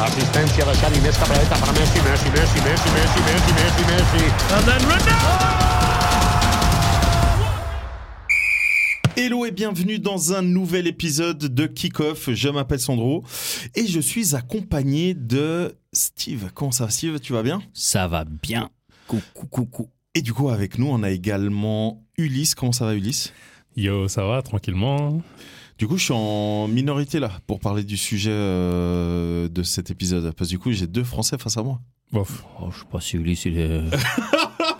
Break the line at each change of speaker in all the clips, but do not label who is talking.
Asistencia de Xavi, més cap a la dreta per Messi, Messi, Messi, Messi, Messi, Messi, Messi, Messi.
And then Ronaldo!
Hello et bienvenue dans un nouvel épisode de Kickoff. Je m'appelle Sandro et je suis accompagné de Steve. Comment ça va Steve Tu vas bien
Ça va bien. Coucou, coucou.
Et du coup avec nous on a également Ulysse. Comment ça va Ulysse
Yo, ça va, tranquillement.
Du coup je suis en minorité là pour parler du sujet euh, de cet épisode parce que du coup j'ai deux Français face à moi.
Bof.
Oh, je sais pas si Ulysse, il est. euh,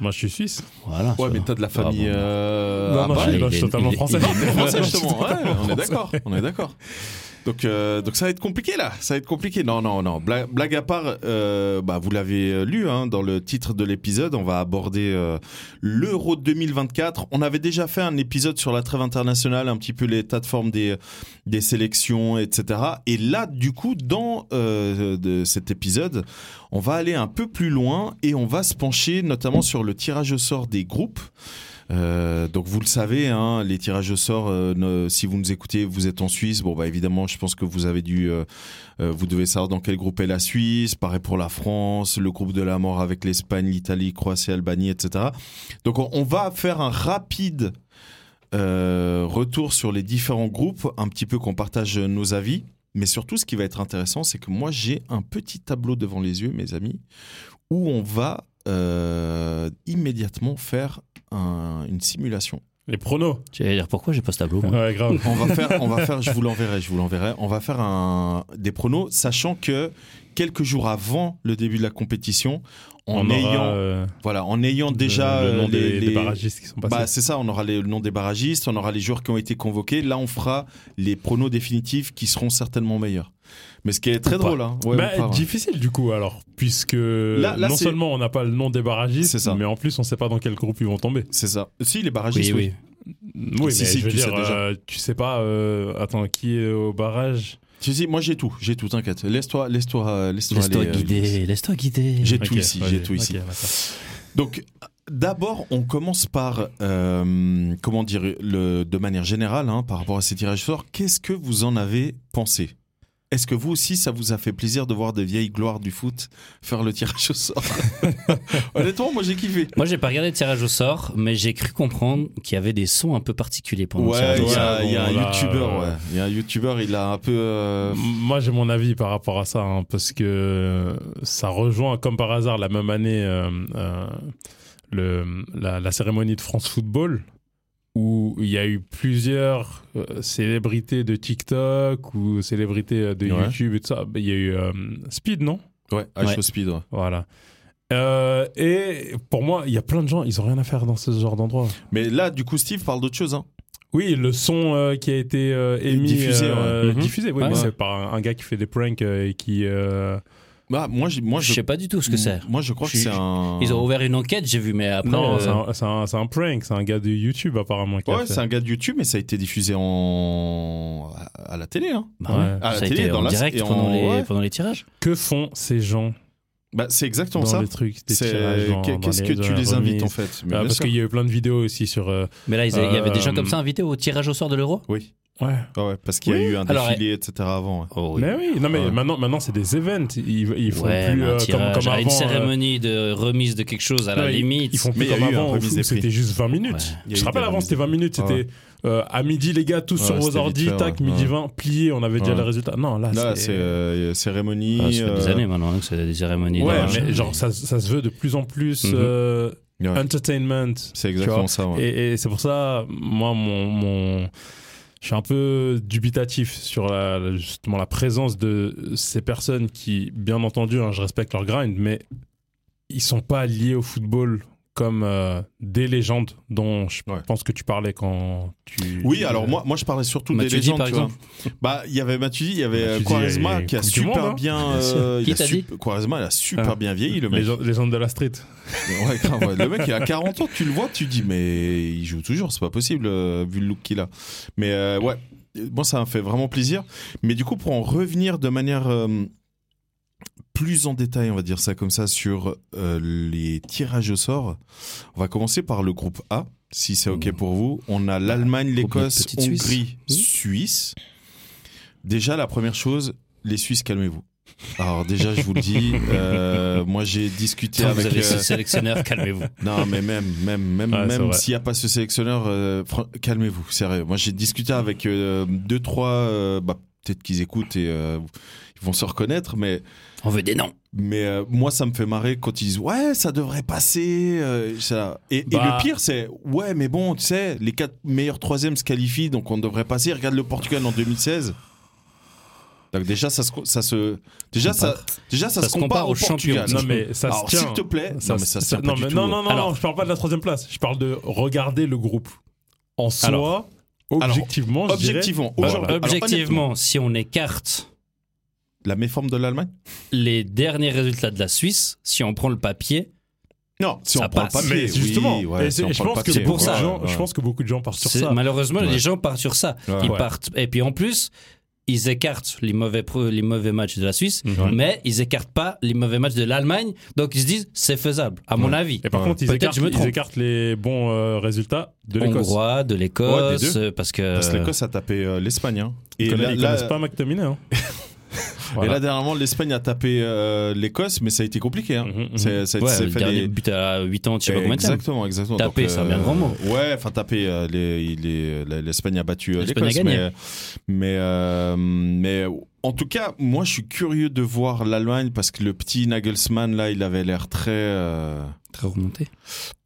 Moi, je suis suisse.
Voilà.
Ouais
ça
mais
va.
t'as de la
Ça va,
famille...
bon.
euh,
non,
à
non,
Paris.
Bah, je suis-
il
non, je
est-
suis totalement
il est-
français.
il est-
Des Français, justement.
Je suis
Ouais, on est
français.
d'accord. On est d'accord. Donc, euh, donc ça va être compliqué là. Ça va être compliqué. Non, non, non. Bla- Blague, à part, euh, bah, vous l'avez lu hein, dans le titre de l'épisode. On va aborder euh, l'Euro 2024. On avait déjà fait un épisode sur la trêve internationale, un petit peu l'état de forme des des sélections, etc. Et là, du coup, dans euh, de cet épisode, on va aller un peu plus loin et on va se pencher notamment sur le tirage au sort des groupes. Euh, donc vous le savez, hein, les tirages au sort. euh, ne- si vous nous écoutez, vous êtes en Suisse. Bon bah évidemment, je pense que vous avez dû, euh, euh, vous devez savoir dans quel groupe est la Suisse. Pareil pour la France, le groupe de la mort avec l'Espagne, l'Italie, Croatie, Albanie, etc. Donc on, on va faire un rapide euh, retour sur les différents groupes, un petit peu qu'on partage nos avis. Mais surtout, ce qui va être intéressant, c'est que moi j'ai un petit tableau devant les yeux, mes amis, où on va euh, immédiatement faire un- une simulation.
Les pronos.
J'allais dire pourquoi j'ai pas ce tableau. moi
Ouais, grave.
On va faire, on va faire, je vous l'enverrai, je vous l'enverrai. On va faire un, des pronos, sachant que quelques jours avant le début de la compétition, en
On aura,
ayant,
euh,
voilà, en ayant déjà
le, le nom
euh, les-
des, des
les-
barragistes qui sont
bah,
passés.
c'est ça, on aura les- le nom des barragistes, on aura les joueurs qui ont été convoqués. Là, on fera les pronos définitifs qui seront certainement meilleurs. Mais ce qui est très
Ou pas.
drôle, hein. Ouais,
Bah,
ou pas, ouais.
difficile du coup alors, puisque
là,
non
c'est-
seulement on n'a pas le nom des
C'est
barragistes,
ça.
mais en plus on sait pas dans quel groupe ils vont tomber.
c'est ça. Si les barragistes,
Oui, oui.
Oui,
Si,
mais
si,
je veux
tu
dire,
sais déjà.
euh, tu sais pas, euh, attends, qui est au barrage
Si, si, moi j'ai tout, j'ai tout. T'inquiète, laisse-toi, laisse-toi, laisse-toi.
Laisse-toi
aller, euh,
guider, laisse-toi guider.
J'ai tout
Ok,
ici,
vas-y.
j'ai tout ici.
Ok, d'accord.
Donc, d'abord, on commence par, euh, comment dire, le, de manière générale, hein, par rapport à ces tirages au sort, qu'est-ce que vous en avez pensé Est-ce que vous aussi, ça vous a fait plaisir de voir des vieilles gloires du foot faire le tirage au sort Honnêtement, moi j'ai kiffé.
Moi, j'ai pas regardé le tirage au sort, mais j'ai cru comprendre qu'il y avait des sons un peu particuliers pendant le
Ouais,
tirage
il
au
y
sort.
a,
bon,
il y a un
là,
youtubeur,
euh,
ouais. Il y a un youtubeur, il a un peu. euh,
Moi, j'ai mon avis par rapport à ça, hein, parce que ça rejoint, comme par hasard, la même année, euh, euh, le, la, la cérémonie de France Football, où il y a eu plusieurs euh, célébrités de TikTok ou célébrités euh, de
Ouais.
YouTube et tout ça. Il y a eu euh, Speed, non
Ouais, à
Ouais.
chaud speed, ouais.
Voilà. Euh, et pour moi, il y a plein de gens, ils ont rien à faire dans ce genre d'endroit.
Mais là, du coup, Steve parle d'autre chose, hein.
Oui, le son euh, qui a été euh, émis,
Diffusé,
euh,
ouais. Mhm.
diffusé, oui,
Ouais.
mais c'est par un, un gars qui fait des pranks euh, et qui. euh,
Bah, moi, j'ai- moi,
Je sais pas du tout ce que c'est.
Moi, je crois
Je
que
suis-
c'est un.
Ils ont ouvert une enquête, j'ai vu, mais après.
Non,
euh,
c'est un- c'est un, c'est un prank, c'est un gars de YouTube apparemment. Qui a
Ouais,
fait.
c'est un gars de YouTube, mais ça a été diffusé en à- à la télé, hein.
bah ouais.
Ouais.
À la
Ça a
télé,
été
dans
en
la-
direct
et en-
pendant, les,
ouais.
pendant les tirages.
Que font ces gens
Bah, c'est exactement
dans
ça.
les trucs des
C'est-
tirages, dans-
qu'est-
dans
Qu'est-ce
les-
que
dans
tu
la
les invites
remise
en Bah, fait Mais
Ah,
bien
Parce
sûr.
qu'il y a eu plein de vidéos aussi sur. euh,
Mais là, ils a- il y avait des gens
Euh,
comme ça invités au tirage au sort de l'euro
Oui.
Ouais.
Ah ouais, parce qu'il y a
Oui.
eu un
Alors,
défilé, etc. Avant. ouais.
Oh oui.
Mais oui, non mais
Ouais.
maintenant, maintenant c'est des events. Ils, ils font
ouais,
plus
mais un
euh, comme,
tirage,
comme
à
avant.
une
euh,
cérémonie de remise de quelque chose à la
ouais, ils-
limite.
Ils font
Mais
plus
il y a
comme
eu un
avant
remise
où
des prix.
c'était juste 20 minutes.
Ouais.
Il y a eu
Je te
des
rappelle avant
remises
c'était
des
20
prix.
minutes,
Ah ouais.
c'était euh, à midi les gars, tous
Ouais,
sur vos
c'était
ordi,
vite fait,
tac,
ouais.
midi
Ouais.
20, plié, on avait déjà
Ouais.
le résultat. Non, là,
Là, Ah, c'est euh, cérémonie.
Ah, ça fait
euh,
des années maintenant hein, que c'est des cérémonies.
Ouais,
de-
mais genre ça, ça se veut de plus en plus
Mhm.
euh,
ouais.
entertainment.
C'est
Tu
exactement
vois.
ça. ouais.
Et, et c'est pour ça, moi, mon, mon- je suis un peu dubitatif sur la- la- justement la présence de ces personnes qui, bien entendu, hein, je respecte leur grind, mais ils sont pas liés au football comme euh, des légendes dont je
Ouais.
pense que tu parlais quand tu.
Oui, alors moi, moi je parlais surtout des
Matuidi,
légendes.
par
tu vois.
exemple.
Bah, il y avait Matuidi, il y avait euh,
Matuidi,
Quaresma
et
qui a
Coupe du Monde,
super
hein.
bien.
Bien sûr.
euh, il
Qui
a
t'a
sup- Quaresma, il a super
Ah.
bien vieilli, le mec.
Légende, légende de la street.
Ouais, grave, ouais. Le mec, il a 40 ans, tu le vois, tu dis, mais il joue toujours, c'est pas possible, euh, vu le look qu'il a. Mais euh, ouais, moi, ça m'a fait vraiment plaisir. Mais du coup, pour en revenir de manière euh, plus en détail, on va dire ça comme ça, sur euh, les tirages au sort, on va commencer par le groupe A, si c'est OK
Mmh.
pour vous. On a l'Allemagne,
groupe de
l'Écosse,
petites Suisses.
Hongrie,
Mmh.
Suisse. Déjà, la première chose, les Suisses, calmez-vous. Alors déjà, je vous le dis, euh, moi j'ai discuté
Tant que
avec.
vous avez ce
euh,
sélectionneur, calmez-vous.
Non, mais même, même, même,
Ouais, c'est
même
vrai.
s'il n'y a pas ce sélectionneur, euh, fran- calmez-vous, sérieux. Moi, j'ai discuté avec euh, deux, trois, euh, bah, peut-être qu'ils écoutent et euh, ils vont se reconnaître, mais,
On veut des noms.
mais euh, moi, ça me fait marrer quand ils disent ouais, ça devrait passer. euh, ça. Et, et
Bah.
le pire, c'est ouais, mais bon, tu sais, les quatre meilleurs troisièmes se qualifient, donc on devrait passer. Regarde le Portugal en 2016. Donc déjà ça se ça se
Bah,
déjà ça déjà ça, se compare, au Portugal.
champions.
Non, mais ça se
Alors,
tient.
s'il te plaît, non, mais ça se tient
non,
pas du
mais
tout. hein.
non, non, non,
Alors-
non, je parle pas de la troisième place. Je parle de regarder le groupe. En soi,
Alors-
objectivement, je dirais-
Objectivement,
Bah,
aujourd'hui- alors, honnêtement,
Objectivement, si on écarte
la méforme de l'Allemagne
les derniers résultats de la Suisse, si on prend le papier,
Non, si
Ça
on prend le
passe.
papier,
Mais
oui,
justement,
ouais,
et
si
c'est-
on
je,
prend le
pense que
papier,
beaucoup
ça.
de
ouais,
gens,
ouais.
je pense que beaucoup de gens partent sur
c'est-
ça.
malheureusement,
Ouais.
les gens partent sur ça.
Ouais.
Ils
Ouais.
partent, et puis en plus, ils écartent les mauvais, pro- les mauvais matchs de la Suisse,
Mhm.
mais ils écartent pas les mauvais matchs de l'Allemagne, donc ils se disent c'est faisable, à mon
Ouais.
avis.
Et par
Ouais.
contre, ils
Peut-être
écartent,
je me
ils
trompe.
écartent les bons euh, résultats de l'Écosse.
Hongrois, de
Ouais, des
l'Écosse,
deux.
euh, parce que.
Parce que l'Écosse a tapé euh, l'Espagne. hein.
Ils
Et,
connaissent-
là,
ils
là-
connaissent pas McTominay. Hein.
et
Voilà.
là, dernièrement, l'Espagne a tapé euh, l'Écosse, mais ça a été compliqué. Hein.
Mhm, mhm.
C'est- ça-
Ouais,
c'est
le
fait
dernier
des-
but à 8 ans, je sais pas combien de temps.
Exactement, exactement.
Taper,
Donc,
c'est un bien grand mot.
Ouais, enfin taper. euh, les- il est- la- L'Espagne a battu euh,
L'Espagne a
l'Écosse,
gagné.
mais mais, euh, mais en tout cas, moi, je suis curieux de voir l'Allemagne parce que le petit Nagelsmann là, il avait l'air très euh,
Très remonté.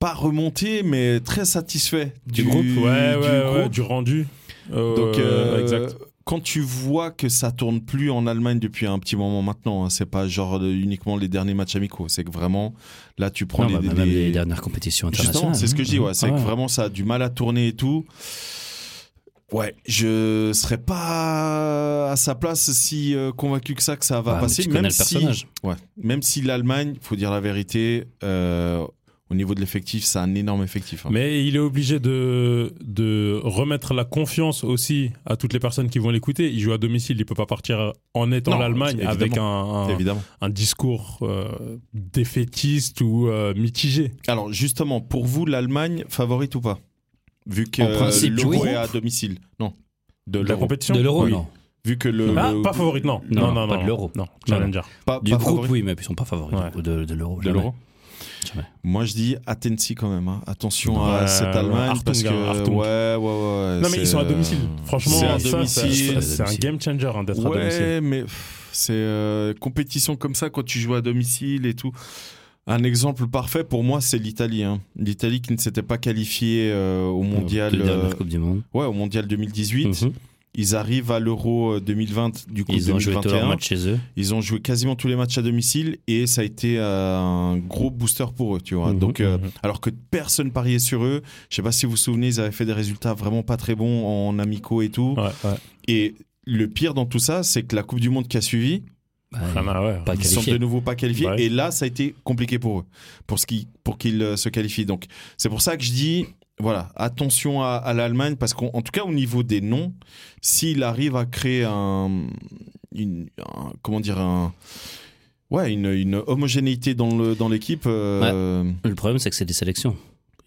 pas remonté, mais très satisfait
Du, groupe, ouais, ouais,
du
ouais,
groupe.
du rendu. Euh,
Donc, euh,
exact.
quand tu vois que ça tourne plus en Allemagne depuis un petit moment maintenant, hein, c'est pas genre de- uniquement les derniers matchs amicaux, c'est que vraiment là tu prends
Non,
les,
bah,
les-
même les dernières compétitions
justement,
internationales.
c'est ce que je dis, ouais, c'est
Ah
que
ouais.
vraiment ça a du mal à tourner et tout. Ouais, je serais pas à sa place si euh, convaincu que ça que ça va
Bah, mais
passer.
tu
même
connais le
si,
personnage.
ouais, même si l'Allemagne, faut dire la vérité, euh, au niveau de l'effectif, c'est un énorme effectif. hein.
Mais il est obligé de, de remettre la confiance aussi à toutes les personnes qui vont l'écouter. Il joue à domicile, il peut pas partir en étant
Non,
l'Allemagne avec un, un,
évidemment.
un discours euh, défaitiste ou euh, mitigé.
Alors justement, pour vous, l'Allemagne favorite ou pas Vu que
En principe,
l'euro
oui.
est à domicile. Non. De
De la
l'euro.
compétition
De l'euro,
Oui.
non.
Vu que le.
Ah,
le-
pas favorite, non.
Non,
non, non.
pas de
non.
l'euro.
Non, challenger.
pas-
Du
pas
groupe,
favorite.
oui, mais ils sont pas favoris
Ouais.
du coup, de, de l'euro.
De l'euro.
Jamais.
Moi je dis Attensi quand même. hein. Attention à
Ouais,
cette
ouais,
Allemagne
Hartung,
parce que
hein, Hartung.
ouais ouais ouais.
Non, mais
c'est,
ils sont à
euh,
domicile. Franchement,
c'est à
ça, ça-
domicile.
c'est un game changer hein, d'être à domicile.
Ouais, mais pff, c'est euh, compétition comme ça quand tu joues à domicile et tout. Un exemple parfait pour moi, c'est l'Italie. hein. L'Italie qui ne s'était pas qualifiée euh, au mondial,
De
euh,
dernière Coupe du Monde.
ouais, au mondial 2018.
Mmh.
Mhm.
Ils arrivent à l'Euro euh, 2020, du coup
Ils ont joué tous leurs
2021.
matchs chez eux.
Ils ont joué quasiment tous les matchs à domicile et ça a été euh, un gros booster pour eux, tu vois.
Mhm,
Donc, euh,
mhm.
alors que personne pariait sur eux. Je sais pas si vous vous souvenez, ils avaient fait des résultats vraiment pas très bons en amicaux et tout.
Ouais, ouais.
Et le pire dans tout ça, c'est que la Coupe du Monde qui a suivi,
Bah,
Ah, bah, ouais.
Pas
ils sont
qualifiés.
de nouveau pas qualifiés.
Ouais.
Et là, ça a été compliqué pour eux, pour, ce qui, pour qu'ils euh, se qualifient. Donc, c'est pour ça que je dis, voilà, attention à, à l'Allemagne, parce qu'en en tout cas, au niveau des noms, s'il arrive à créer un, une, un- comment dire, un, ouais, une, une homogénéité dans, le, dans l'équipe, euh,
Le problème, c'est que c'est des sélections.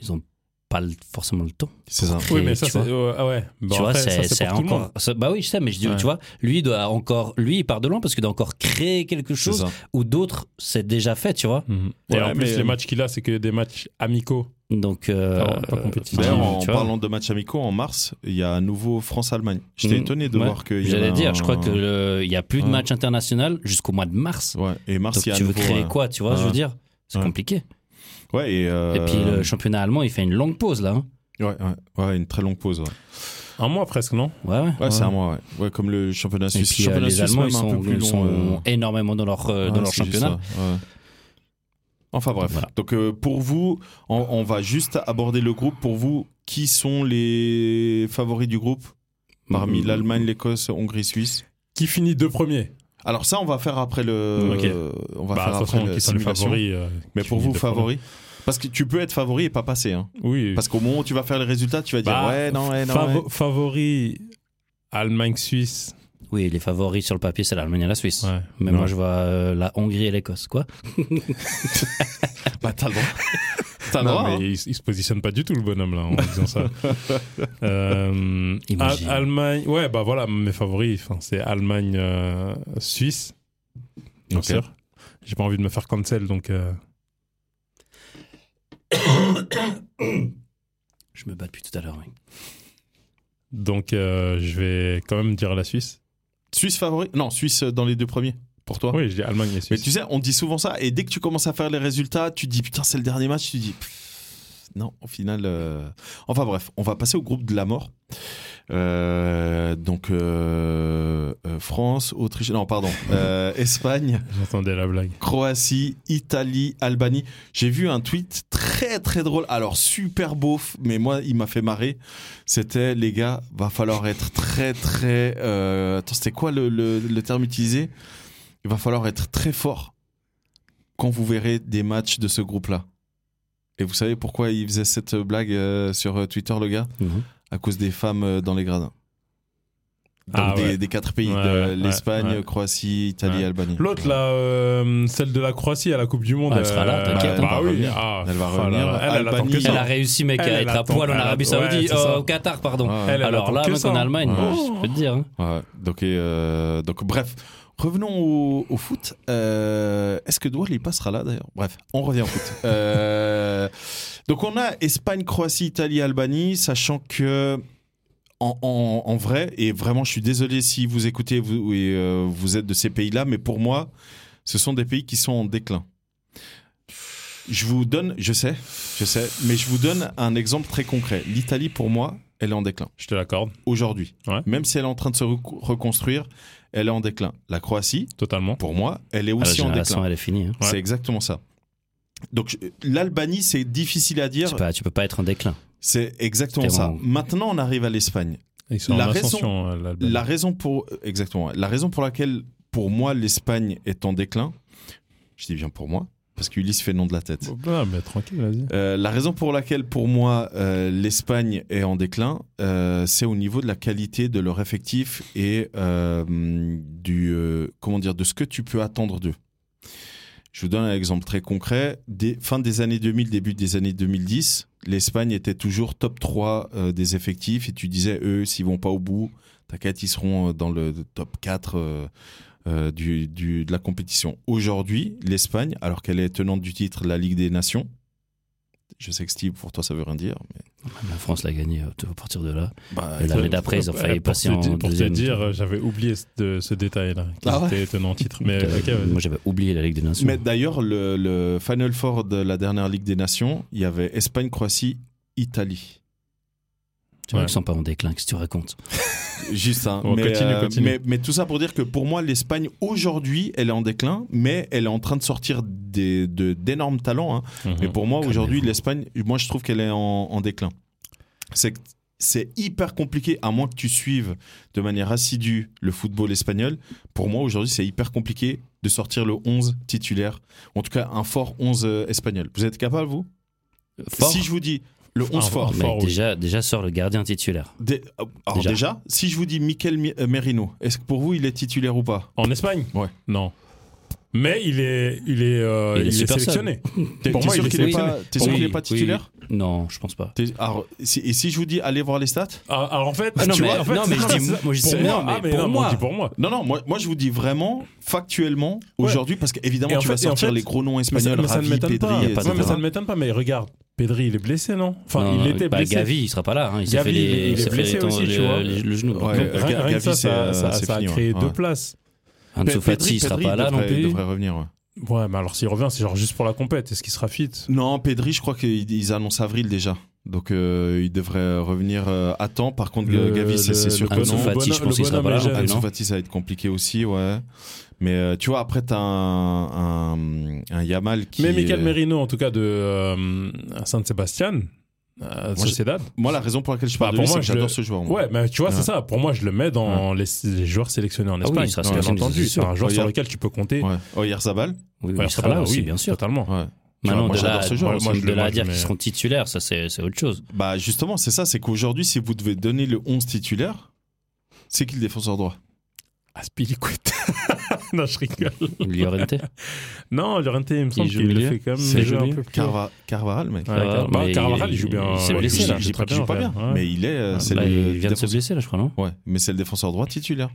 Ils ont pas le- forcément le temps.
c'est ça.
Oui,
Et
mais ça,
tu
c'est.
vois.
ouais, Ah ouais. Bon,
tu vois,
après, ça,
c'est
c'est
c'est
pour tout le monde.
encore. ça- Bah oui, je sais, mais je dis,
Ouais.
tu vois, lui il doit encore, lui il part de loin parce qu'il doit encore créer quelque
C'est
chose
ça.
ou d'autres c'est déjà fait, tu vois.
Et
Ouais,
en
mais,
plus,
euh,
les matchs qu'il a, c'est que des matchs amicaux.
Donc, euh,
Ah ouais, pas compétitif.
enfin,
D'ailleurs, en
tu vois,
parlant de matchs amicaux, en mars, il y a à nouveau France-Allemagne. J'étais
Mhm.
étonné de
Ouais.
voir que.
j'allais dire, je crois que le- il y a plus de
Ouais.
match international jusqu'au mois de mars.
Ouais, et mars,
Donc
il y a à
tu veux
nouveau,
créer
ouais.
quoi, tu vois,
Ouais.
je veux dire, c'est
Ouais.
compliqué.
Ouais, et,
Et puis
euh,
le championnat allemand, il fait une longue pause là. hein.
Ouais, ouais, ouais, une très longue pause. Ouais,
Un mois presque, non
Ouais, ouais.
Ouais, c'est un mois, ouais. ouais. Comme le championnat
Et
suisse.
puis, euh,
championnat
les
suisse,
Allemands,
même
ils
un peu
sont,
plus
ils
long,
sont
euh,
énormément dans leur, euh,
ouais,
dans leur
c'est juste
championnat.
ça, ouais. Enfin bref.
Voilà.
Donc euh, pour vous, on, on va juste aborder le groupe. Pour vous, qui sont les favoris du groupe parmi
Mm.
l'Allemagne, l'Écosse, Hongrie, Suisse
Qui finit deux premiers
Alors ça, on va faire après le.
Ok.
euh, on va
Bah, de
faire
toute
après
façon,
la
qui sont les
simulation.
favoris euh,
Mais
qui
pour
finit
vous,
deux premiers.
favoris Parce que tu peux être favori et pas passer. hein.
Oui.
Parce qu'au moment où tu vas faire les résultats, tu vas dire
Bah,
ouais, non, ouais, non.
Favo-
ouais.
Favoris Allemagne-Suisse.
Oui, les favoris sur le papier, c'est l'Allemagne et la Suisse.
Ouais.
Mais
Ouais.
moi, je vois euh, la Hongrie et l'Écosse, quoi.
Bah t'as le droit. t'as le
Non,
droit.
mais
hein.
il, s- il se positionne pas du tout le bonhomme là en disant ça. Euh,
Imagine.
Al- Allemagne, ouais bah voilà mes favoris. Enfin, c'est Allemagne, euh, Suisse, bien
Ok.
sûr. J'ai pas envie de me faire cancel, donc euh,
Je me bats depuis tout à l'heure, oui.
donc euh, je vais quand même dire la Suisse.
Suisse favori Non, Suisse euh, dans les deux premiers, pour toi.
Oui, je dis Allemagne
Oh.
et
Mais
Suisse.
tu sais, on dit souvent ça, et dès que tu commences à faire les résultats, tu te dis putain, c'est le dernier match, tu te dis pff, non, au final. euh, Enfin bref, on va passer au groupe de la mort. Euh, donc euh, euh, France, Autriche, non pardon, euh, Espagne,
J'entendais la blague.
Croatie, Italie, Albanie. J'ai vu un tweet très très drôle, alors super beauf, mais moi il m'a fait marrer. C'était les gars, va falloir être très très. euh, Attends, c'était quoi le, le- le terme utilisé Il va falloir être très fort quand vous verrez des matchs de ce groupe-là. Et vous savez pourquoi il faisait cette blague euh, sur euh, Twitter, le gars
Mhm.
À cause des femmes euh, dans les gradins. Donc
Ah
des,
ouais.
des quatre pays,
Ouais,
de
ouais,
l'Espagne,
ouais.
Croatie, Italie,
Ouais.
Albanie.
L'autre là, euh, celle de la Croatie à la Coupe du Monde.
Ah, elle sera là,
euh,
t'inquiète,
Bah,
elle va
oui,
revenir.
ah,
Elle va
voilà.
revenir.
Elle, elle attend
Albanie.
que ça.
Elle a réussi, mec,
Elle,
à
elle
être à
attend-
poil en
elle
Arabie
attend- ouais,
Saoudite,
c'est ça.
euh, au Qatar, pardon.
Ouais.
Elle
Alors
attend
là,
que
mec,
ça. hein.
en Allemagne,
Ouais.
je peux te dire. hein.
Ouais, donc, et, euh, donc bref, revenons au, au foot. Euh, Est-ce que Doual, il passera là d'ailleurs Bref, on revient au foot. Euh, donc on a Espagne, Croatie, Italie, Albanie, sachant que en, en- en vrai, et vraiment je suis désolé si vous écoutez vous, et euh, vous êtes de ces pays-là, mais pour moi, ce sont des pays qui sont en déclin. Je vous donne, je sais, je sais, mais je vous donne un exemple très concret. L'Italie, pour moi, elle est en déclin
Je te l'accorde,
aujourd'hui.
Ouais.
Même si elle est en train de se recou- reconstruire, elle est en déclin. La Croatie,
totalement.
pour moi, elle est
Ah, La
aussi en
génération,
déclin.
elle est finie. hein.
ouais.
C'est exactement ça. Donc je- l'Albanie, c'est difficile à
Tu
dire.
peux pas- Tu peux pas être en déclin.
C'est exactement
C'était
ça.
vraiment-
Maintenant, on arrive à l'Espagne.
Ils sont
La
en
raison-
ascension, euh, l'Albanie.
La raison pour exactement la raison pour laquelle pour moi l'Espagne est en déclin. Je dis bien pour moi parce qu'Ulysse fait non de la tête.
Ah, mais tranquille, vas-y.
Euh, la raison pour laquelle, pour moi, euh, l'Espagne est en déclin, euh, c'est au niveau de la qualité de leur effectif et euh, du euh, comment dire de ce que tu peux attendre d'eux. Je vous donne un exemple très concret. Des, fin des années 2000, début des années 2010, l'Espagne était toujours top 3 euh, des effectifs et tu disais, eux, s'ils vont pas au bout, t'inquiète, ils seront euh, dans le top 4 euh, euh, du, du- de la compétition. Aujourd'hui, l'Espagne, alors qu'elle est tenante du titre de la Ligue des Nations, je sais que Steve, pour toi, ça veut rien dire. Mais...
La France l'a gagné euh, à partir de là.
Bah,
Et l'année d'après, ils ont failli
Euh, Pour
passer
te
en
di- Pour te
deuxième.
dire, euh, j'avais oublié ce, de- ce détail-là, qui
Ah ouais
était étonnant en titre. Mais
Euh,
ok, vas-y.
Moi, j'avais oublié la Ligue des Nations.
Mais d'ailleurs, le, le Final Four de la dernière Ligue des Nations, il y avait Espagne, Croatie, Italie.
Tu vois,
Ouais.
ils sont pas en déclin, qu'est-ce que tu racontes
Juste, hein.
Bon,
mais,
continue, continue.
Mais, mais tout ça pour dire que pour moi, l'Espagne, aujourd'hui, elle est en déclin, mais elle est en train de sortir des- de- d'énormes talents. hein.
Mhm.
Mais pour moi,
Calmez-vous.
aujourd'hui, l'Espagne, moi, je trouve qu'elle est en, en déclin. C'est que c'est hyper compliqué, à moins que tu suives de manière assidue le football espagnol. Pour moi, aujourd'hui, c'est hyper compliqué de sortir le 11 titulaire, ou en tout cas un fort 11 euh, espagnol. Vous êtes capable, vous
Fort,
Si je vous dis le 11
Un
fort,
fort.
mais
oui.
déjà, déjà sort le gardien titulaire.
dé- alors déjà.
Déjà.
si je vous dis Miquel Mi- euh, Merino, est-ce que pour vous, il est titulaire ou pas
En Espagne
Ouais.
Non. Mais il est, il est, euh,
Il est
il est
super
sélectionné.
T'es
Pour
t'es
moi, il
sûr
est
qu'il n'est
sélectionné.
pas, t'es sûr
Oui,
qu'il est pas
oui.
titulaire
Non, je pense pas.
T'es- alors, si- Et si je vous dis, allez voir les stats
Ah, Alors en fait,
Ah, non,
tu
mais-
vois, en fait,
non, mais je dis-
c'est-
moi, je dis-
pour
non,
moi.
mais
Ah, mais
pour
non,
moi.
on dit pour moi.
Non, non, moi, moi je vous dis vraiment, factuellement,
Ouais.
aujourd'hui, parce qu'évidemment,
Et en
tu
fait-
vas
et en
sortir
fait-
les gros noms
Mais ça,
espagnols,
mais ça ne
Ravi,
m'étonne
Pedri,
pas.
y a
Ouais,
etc.
pas de
mais ça
drame.
ne m'étonne pas. Mais regarde, Pedri, il est blessé, non Enfin,
Non,
il était
bah,
blessé.
Gavi, il sera pas là. hein, Il s'est
Gavi,
fait, les-
il est- il
il s'est
est
fait
blessé
les tendons-
aussi, tu
le,
vois.
le- le genou.
Ouais,
Donc,
Donc,
euh,
rien- rien que
Gavi,
ça,
c'est,
ça,
euh,
ça-
c'est
ça a
fini,
créé
ouais.
deux
Ouais.
places.
Ansu
Pedri-
Fati, il sera
Pedri
pas là non
devrait-
plus.
devrait revenir, ouais.
Ouais, mais alors s'il revient, c'est genre juste pour la compète. Est-ce qu'il sera fit
Non, Pedri, je crois qu'ils ils annoncent avril déjà. Donc, euh, il devrait revenir euh, à temps. Par contre,
Le-
Gavi, c'est
le-
c'est sûr
le
que non.
bonhomme-
Ansu Fati, je
le
pense qu'il sera pas là.
bonhomme est
non
Ansu
plus, non
Fati, ça va être compliqué aussi, ouais. Mais euh, tu vois, après, t'as un, un, un Yamal qui.
Mais
est-
Michael Merino, en tout cas, de euh, San-Sébastien, euh,
je-
Sociedad.
Moi, la raison pour laquelle je
Bah,
parle de
pour
lui,
moi,
c'est que
je
j'adore
le-
ce joueur. moi.
Ouais, mais tu vois, c'est ça. Pour moi, je le mets dans les, les joueurs sélectionnés en
oui,
Espagne.
il sera
Bien
sélectionné,
entendu.
c'est
C'est
sûr.
un joueur sur
Regarde.
lequel tu peux compter.
Ouais. Oh, Oyarzabal
Oui, oui,
Ouais,
il sera là aussi, bien sûr.
Totalement.
Ouais. Tu vois,
Maintenant,
moi,
de là
j'adore ce joueur
de-
aussi. Moi, je
de
le-
là
moi,
à
je
dire
le
qu'ils
mets-
seront titulaires, ça, c'est c'est autre chose.
Bah justement, c'est ça, c'est qu'aujourd'hui, si vous devez donner le 11 titulaire, c'est qui le défenseur droit
Aspilicueta. non, je rigole.
Llorente.
Non, Llorente, il me semble
Il joue
qu'il le
milieu.
fait quand même.
C'est
jouer un
joli.
peu plus.
Carva- Carvajal, mec.
Ouais,
Carvajal,
Carvajal,
mais
Carvajal, il
il-
joue bien.
il s'est
ouais,
blessé,
joue-
là.
il
J'ai
joue
pas,
très
il joue pas bien,
ouais.
mais il est, euh, c'est
Bah,
le
Il vient de se
défenseur-
blesser, là, je crois, non
Ouais, mais c'est le défenseur droit titulaire.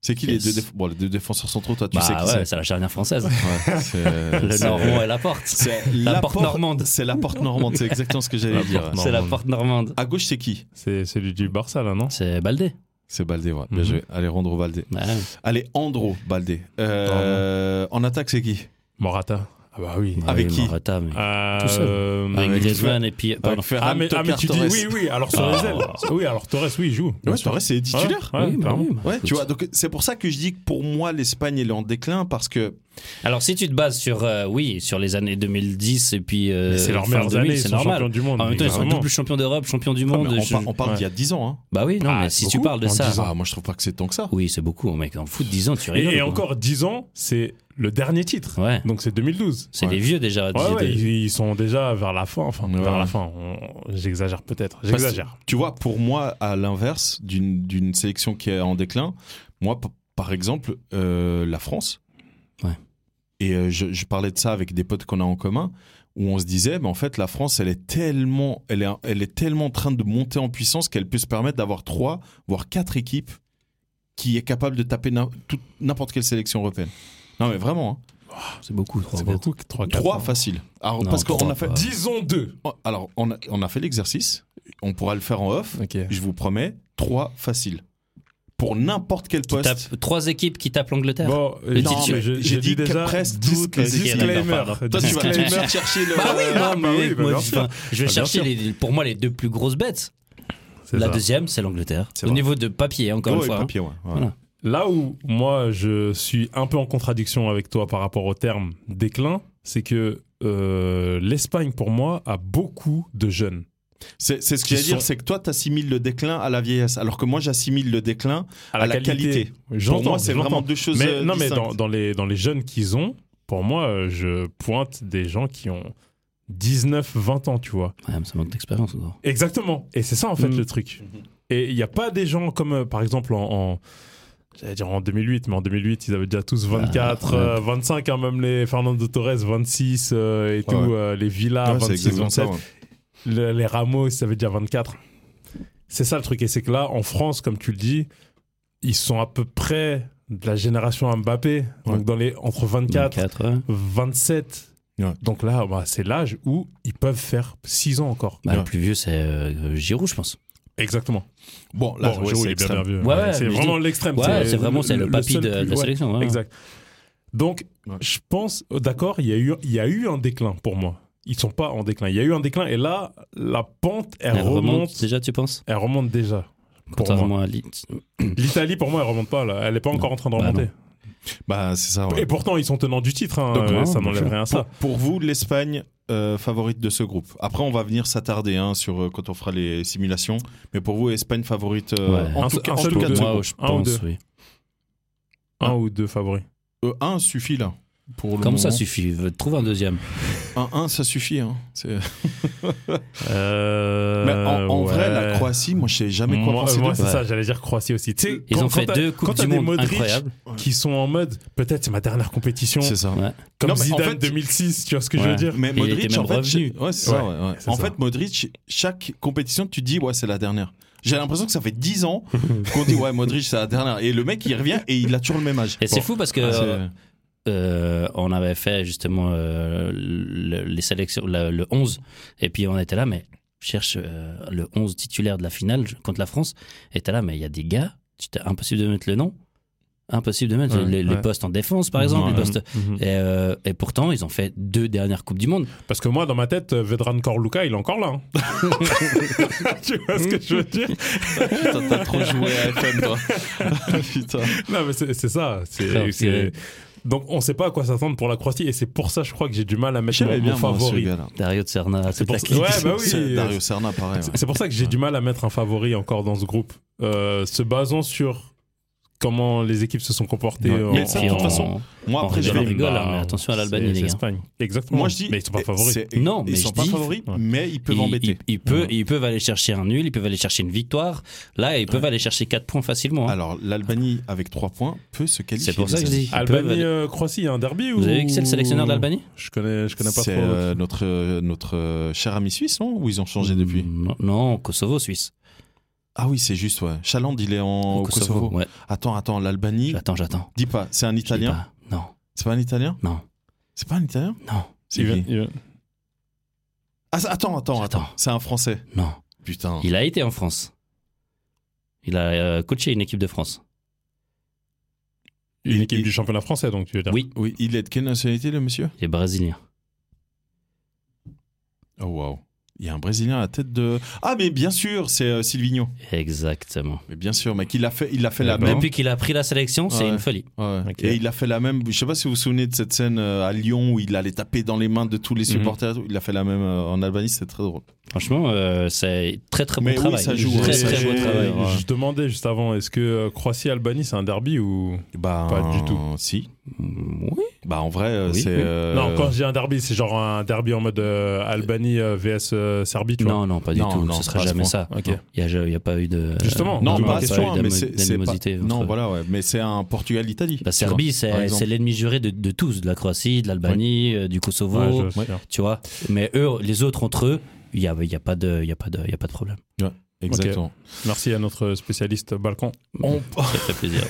C'est qui
Yes.
les, deux déf- bon, les deux défenseurs centraux Toi, tu
bah
sais qui
ouais, c'est la charnière française.
c'est. Ouais, c'est-
Le
c'est-
Normand et la porte.
C'est
La porte normande.
C'est la porte normande, c'est exactement ce que
La
j'allais
porte
dire.
normande.
C'est la porte normande.
À gauche, c'est qui
C'est celui du Barça, là, non
C'est Baldé.
C'est Baldé, ouais. Bien
Mhm.
joué. Allez, Rondro Baldé.
Ouais.
Allez, Andro Baldé. Euh, en attaque, c'est qui
Morata. Ah bah oui.
Avec
Ouais,
qui
Morata, mais-
Euh,
Tout seul.
euh,
Avec
avec-
Griezmann et puis. pardon.
Ah, mais, ah, mais tu dis oui, oui, alors sur les ailes. Oui, alors Torres, oui, il joue.
Ouais, Torres, c'est titulaire.
Ouais, ouais,
Oui, bah
clairement.
oui, bah,
Ouais,
écoute.
tu vois, donc c'est pour ça que je dis que pour moi, l'Espagne, elle est en déclin parce que.
Alors si tu te bases sur euh, oui sur les années 2010 et puis euh,
Mais c'est leurs
fin
meilleures
2000,
années, ils
c'est
sont
normal.
champions du monde.
En même temps, ils sont
exactement.
double champion d'Europe, champion du
Ah,
monde.
mais on,
je-
par- on parle
ouais.
d'il y a 10 ans. Hein.
Bah oui, non,
Ah,
mais si
c'est
tu
beaucoup,
parles de
en
ça,
10 ans.
Ah, moi, je trouve pas que c'est tant que ça.
oui, c'est beaucoup, mec. En foot, 10 ans, tu rigoles.
Et, et
quoi.
encore 10 ans, c'est le dernier titre.
Ouais.
Donc c'est 2012.
C'est
Ouais.
des vieux déjà.
Ouais,
des-
ouais,
des-
ils, ils sont déjà vers la fin. Enfin,
Ouais.
vers la fin. On- J'exagère peut-être. J'exagère.
Tu vois, pour moi, à l'inverse d'une d'une sélection qui est en déclin, moi, p- par exemple, euh, la France.
Ouais.
Et euh, je, je parlais de ça avec des potes qu'on a en commun, où on se disait, mais en fait, la France, elle est tellement, elle est, elle est tellement en train de monter en puissance qu'elle peut se permettre d'avoir trois, voire quatre équipes qui est capable de taper n'im- tout- n'importe quelle sélection européenne. Non, mais vraiment, hein.
C'est beaucoup, trois,
C'est
quatre.
beaucoup, 3, 4.
trois facile. Alors,
Non,
parce qu'on
trois,
a fait,
euh,
pas.
Disons 2.
Oh, alors on a, on a fait l'exercice. On pourra le faire en off.
Ok.
je vous promets, trois faciles. Pour n'importe quel
Qui
poste.
tapent- trois équipes qui tapent l'Angleterre.
Bon, euh,
Le
non,
titre.
mais je-
J'ai
j'ai
dit
dit déjà
presque
dis-
toutes les
disclaimer.
équipes.
Toi, tu vas tout de
Disclaimer.
suite chercher le.
Bah oui,
Ah,
non,
bah
mais
oui,
mec,
bah
moi,
bien
je-
sûr.
enfin, je vais
Bah, bien
chercher
sûr.
les, pour moi les deux plus grosses bêtes.
C'est
La
ça. Oh,
deuxième, c'est l'angleterre.
C'est
Au
vrai.
niveau de papier, encore
Ouais,
une fois. hein.
papier, ouais, ouais.
Voilà.
Là où moi je suis un peu en contradiction avec toi par rapport au terme déclin, c'est que euh, l'Espagne pour moi a beaucoup de jeunes.
C'est c'est ce que
Qui
j'allais dire,
sont-
c'est que toi, t'assimiles le déclin à la vieillesse, alors que moi, j'assimile le déclin à la, qualité. Pour
J'entends,
moi, c'est
j'entends.
vraiment deux choses.
Mais,
euh,
non, mais dans,
distinctes.
dans les, dans les jeunes qu'ils ont, pour moi, euh, je pointe des gens qui ont 19, 20 ans, tu vois.
Ouais, mais ça manque d'expérience. encore.
Exactement. Et c'est ça, en fait,
Mm.
le truc. Et il n'y a pas des gens comme, euh, par exemple, en. en- J'allais dire en 2008, mais en 2008, ils avaient déjà tous 24,
Ah, ouais.
euh, 25, hein, même les Fernando Torres, 26 euh, et tout,
ouais.
euh, les Villas,
Ouais, c'est
26,
exactement
27,
ça. ouais.
le- les Ramos, ça avait déjà 24. C'est ça le truc. Et c'est que là, en France, comme tu le dis, ils sont à peu près de la génération Mbappé.
Ouais.
Donc dans les, entre 24,
Quatre, ouais.
27.
Ouais.
Donc là, bah, c'est l'âge où ils peuvent faire 6 ans encore.
Bah,
Ouais.
Le plus vieux, c'est euh, Giroud, je pense.
Exactement.
Bon, là,
Là,
ouais,
Giroud,
c'est
il est bien
extrême.
nerveux.
Ouais, ouais,
c'est
mais je
vraiment l'extrême.
Ouais, c'est vraiment c'est le, papy
seul
de,
plus-
de la
ouais,
sélection. ouais.
Exact. Donc,
Ouais.
je pense, euh, d'accord, il y, a eu- il y a eu un déclin pour moi. Ils sont pas en déclin. Il y a eu un déclin et là, la pente, elle,
Elle remonte,
remonte.
déjà, tu penses
Elle remonte déjà. Pour moi.
Contrairement à Leeds.
L'Italie, pour moi, elle remonte pas. Là. Elle est pas encore en train de
Bah,
remonter.
Bah, c'est ça. ouais.
Et pourtant, ils sont tenants du titre. hein,
Donc,
euh,
non,
ça
bien
n'enlève
sûr.
rien à ça.
Pour, pour vous, l'Espagne euh, favorite de ce groupe. Après, on va venir s'attarder hein, sur euh, quand on fera les simulations. Mais pour vous, Espagne favorite euh,
Ouais.
en,
Un
tout,
seul-
cas-
un
en
seul
tout
ou
cas de
deux.
ce
Moi,
groupe.
je
Un ou
pense,
deux.
oui.
Un ou deux favoris.
Euh, un suffit là. Pour le
Comme ça
moment.
suffit. Trouve un deuxième.
Un 1, ça suffit. Hein. C'est-
Euh,
Mais en, en vrai, la Croatie, moi, je sais jamais quoi
Moi,
penser.
moi,
d'eux.
c'est
Ouais.
ça, j'allais dire Croatie aussi. Tu sais,
Ils
quand-
ont fait
quand t'as-
deux Coupes
quand t'as
du
des
Monde
Modric
incroyables.
qui sont en mode peut-être c'est ma dernière compétition,
C'est ça.
Ouais.
comme
Non, mais en
Zidane
fait-
2006, tu vois ce que je
Ouais.
veux dire
Mais
Il était
Modric,
même
en fait,
revenu.
je- ouais, c'est ça,
Ouais,
ouais, ouais.
c'est
en
ça.
fait, Modric, chaque compétition, tu dis, ouais, c'est la dernière. J'ai l'impression que ça fait 10 ans qu'on dit, ouais, Modric, c'est la dernière. Et le mec, il revient et il a toujours le même âge.
Et c'est
Bon.
fou parce que
Ah, c'est-
euh, on avait fait justement euh, le, les sélections, le, le 11, et puis on était là, mais cherche euh, le 11 titulaire de la finale contre la France, et t'es là, mais il y a des gars, c'était impossible de mettre le nom, impossible de mettre
Ouais,
les, les
ouais.
postes en défense par exemple,
Ouais.
les postes.
Mhm.
Mm-hmm.
Et, euh, et pourtant, ils ont fait deux dernières Coupes du Monde.
Parce que moi, dans ma tête, euh, Vedran Korluka, il est encore là. hein. tu vois ce que je veux dire
Putain, t'as trop joué à FM, toi. Putain.
Non, mais c'est c'est ça. c'est-
Frère,
c'est- Donc, on sait pas à quoi s'attendre pour la Croatie, et c'est pour ça, je crois que j'ai du mal à mettre mon,
J'aimais bien,
mon
moi, ce
favori.
gars-là.
Dario de Serna, c'est
pour
la
ça-
clique.
Ouais, bah oui.
C'est Dario Serna, pareil. ouais.
C'est- C'est pour ça que j'ai du mal à mettre un favori encore dans ce groupe. Euh, se basant sur comment les équipes se sont comportées.
Ouais.
en-
Mais ça, de
Et
toute
en-
on-
façon, Moi,
on
après, je
rigole,
vais.
on rigole, hein, mais
Bah,
attention à l'Albanie,
c'est-
les
c'est
gars.
Espagne. Exactement.
Moi, je dis.
Mais ils sont pas
eh,
favoris.
c'est-
Non, mais
ils sont
je
pas
dis-
favoris,
Ouais.
mais ils peuvent
Ils-
embêter.
Ils, ils peuvent,
Ouais.
ils peuvent aller chercher un nul, ils peuvent aller chercher une victoire. Là, ils peuvent aller chercher 4 points facilement. hein.
Alors, l'Albanie, avec 3 points, peut se qualifier.
C'est pour ça
les
que je
amis.
dis. ils peuvent
Albanie,
aller-
euh, Croatie, il y a un derby ou
Vous avez vu que c'est le sélectionneur de l'Albanie
Je connais, je connais pas trop.
C'est euh, notre,
Mm.
euh, notre euh, cher ami suisse, non Ou ils ont changé depuis
Non, non, Kosovo, Suisse.
Ah oui, c'est juste, ouais. Chaland, il est en
Au
au Kosovo.
Ouais.
Attends, attends, l'Albanie.
J'attends, j'attends.
Dis pas, c'est un
Je dis
Italien.
pas. Non,
C'est pas un Italien
non,
C'est pas un Italien
non,
C'est
Il va-
qui
il va-
Ah, c'est- attends, attends,
J'attends.
attends. C'est un Français.
non.
Putain.
Il a été en France. Il a euh, coaché une équipe de France.
Une
Il-
équipe
il-
du championnat français, donc tu veux dire.
Oui.
Oui, il est de quelle nationalité, le monsieur
Il est brésilien.
Oh, waouh. Il y a un Brésilien à la tête de. Ah, mais bien sûr, c'est euh, Silvinho.
Exactement.
Mais bien sûr, mec, il a fait, il a fait la
Eh ben.
même.
Depuis qu'il a pris la sélection, c'est
Ah Ouais.
une folie.
Ouais.
Ok.
Et il a fait la même. Je sais pas si vous vous souvenez de cette scène euh, à Lyon où il allait taper dans les mains de tous les
Mhm.
supporters. Il a fait la même euh, en Albanie, c'est très drôle.
Franchement, euh, c'est très très bon
Mais oui,
travail.
ça joue,
Très
hein.
très
Ça joue.
beau travail.
Je demandais juste avant, est-ce que euh, Croatie-Albanie, c'est un derby ou.
Bah,
Pas du tout.
Si.
Oui.
Bah, en vrai, euh,
Oui,
c'est.
oui.
euh,
Non, quand je dis un derby, c'est genre un derby en mode euh, Albanie euh, vs euh, Serbie, tu vois.
Non, non, pas du
Non,
tout.
non,
ce
c'est
sera
pas à ce
jamais
point.
ça.
Ok.
Il n'y a, pas eu de.
Justement,
Non,
Non,
pas
pas
à ce
eu
point, mais c'est c'est pas.
d'animosité.
Non,
entre-
voilà, ouais. Mais c'est un Portugal-Italie.
Bah,
La
tu vois,
Serbie,
par
c'est
exemple.
c'est l'ennemi juré de, de tous, de la Croatie, de l'Albanie, euh, du Kosovo,
Ouais, je- je-
tu vois. Mais eux, les autres entre eux, il n'y a, il y a, pas de- il y a, pas de- il y a pas de problème.
Exactement.
Merci à notre spécialiste Balkan.
On,
Ça fait plaisir.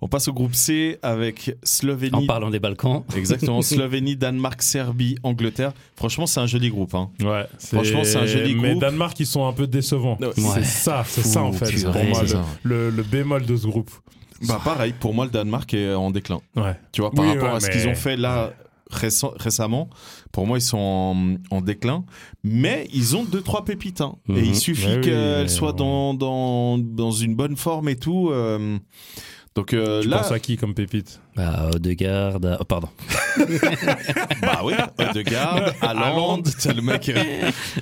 on passe au groupe C avec
en
Slovénie.
parlant des Balkans,
Exactement. Slovénie, Danemark, Serbie, Angleterre. Franchement, c'est un joli groupe. Hein.
Ouais,
Franchement, c'est un joli
Mais
groupe.
Danemark, ils sont un peu décevants.
Ouais.
C'est ça, c'est ça en
Ouh,
fait.
purée,
Pour moi,
c'est
le,
ça.
le- le bémol de ce groupe.
Bah, pareil, pour moi, le Danemark est en déclin.
Ouais.
Tu vois, par
Oui,
rapport
ouais,
à ce
mais-
qu'ils ont fait là récem- récemment, pour moi, ils sont en, en déclin. Mais ils ont deux, trois pépites. hein.
Mhm.
Et il suffit
Mais oui, euh,
qu'elles
mais
soient dans, dans, dans une bonne forme et tout. euh, Donc euh,
Tu
là,
penses à qui comme pépite
bah, Odegaard, à- oh, pardon,
bah oui, Odegaard, Haaland, t'as le mec.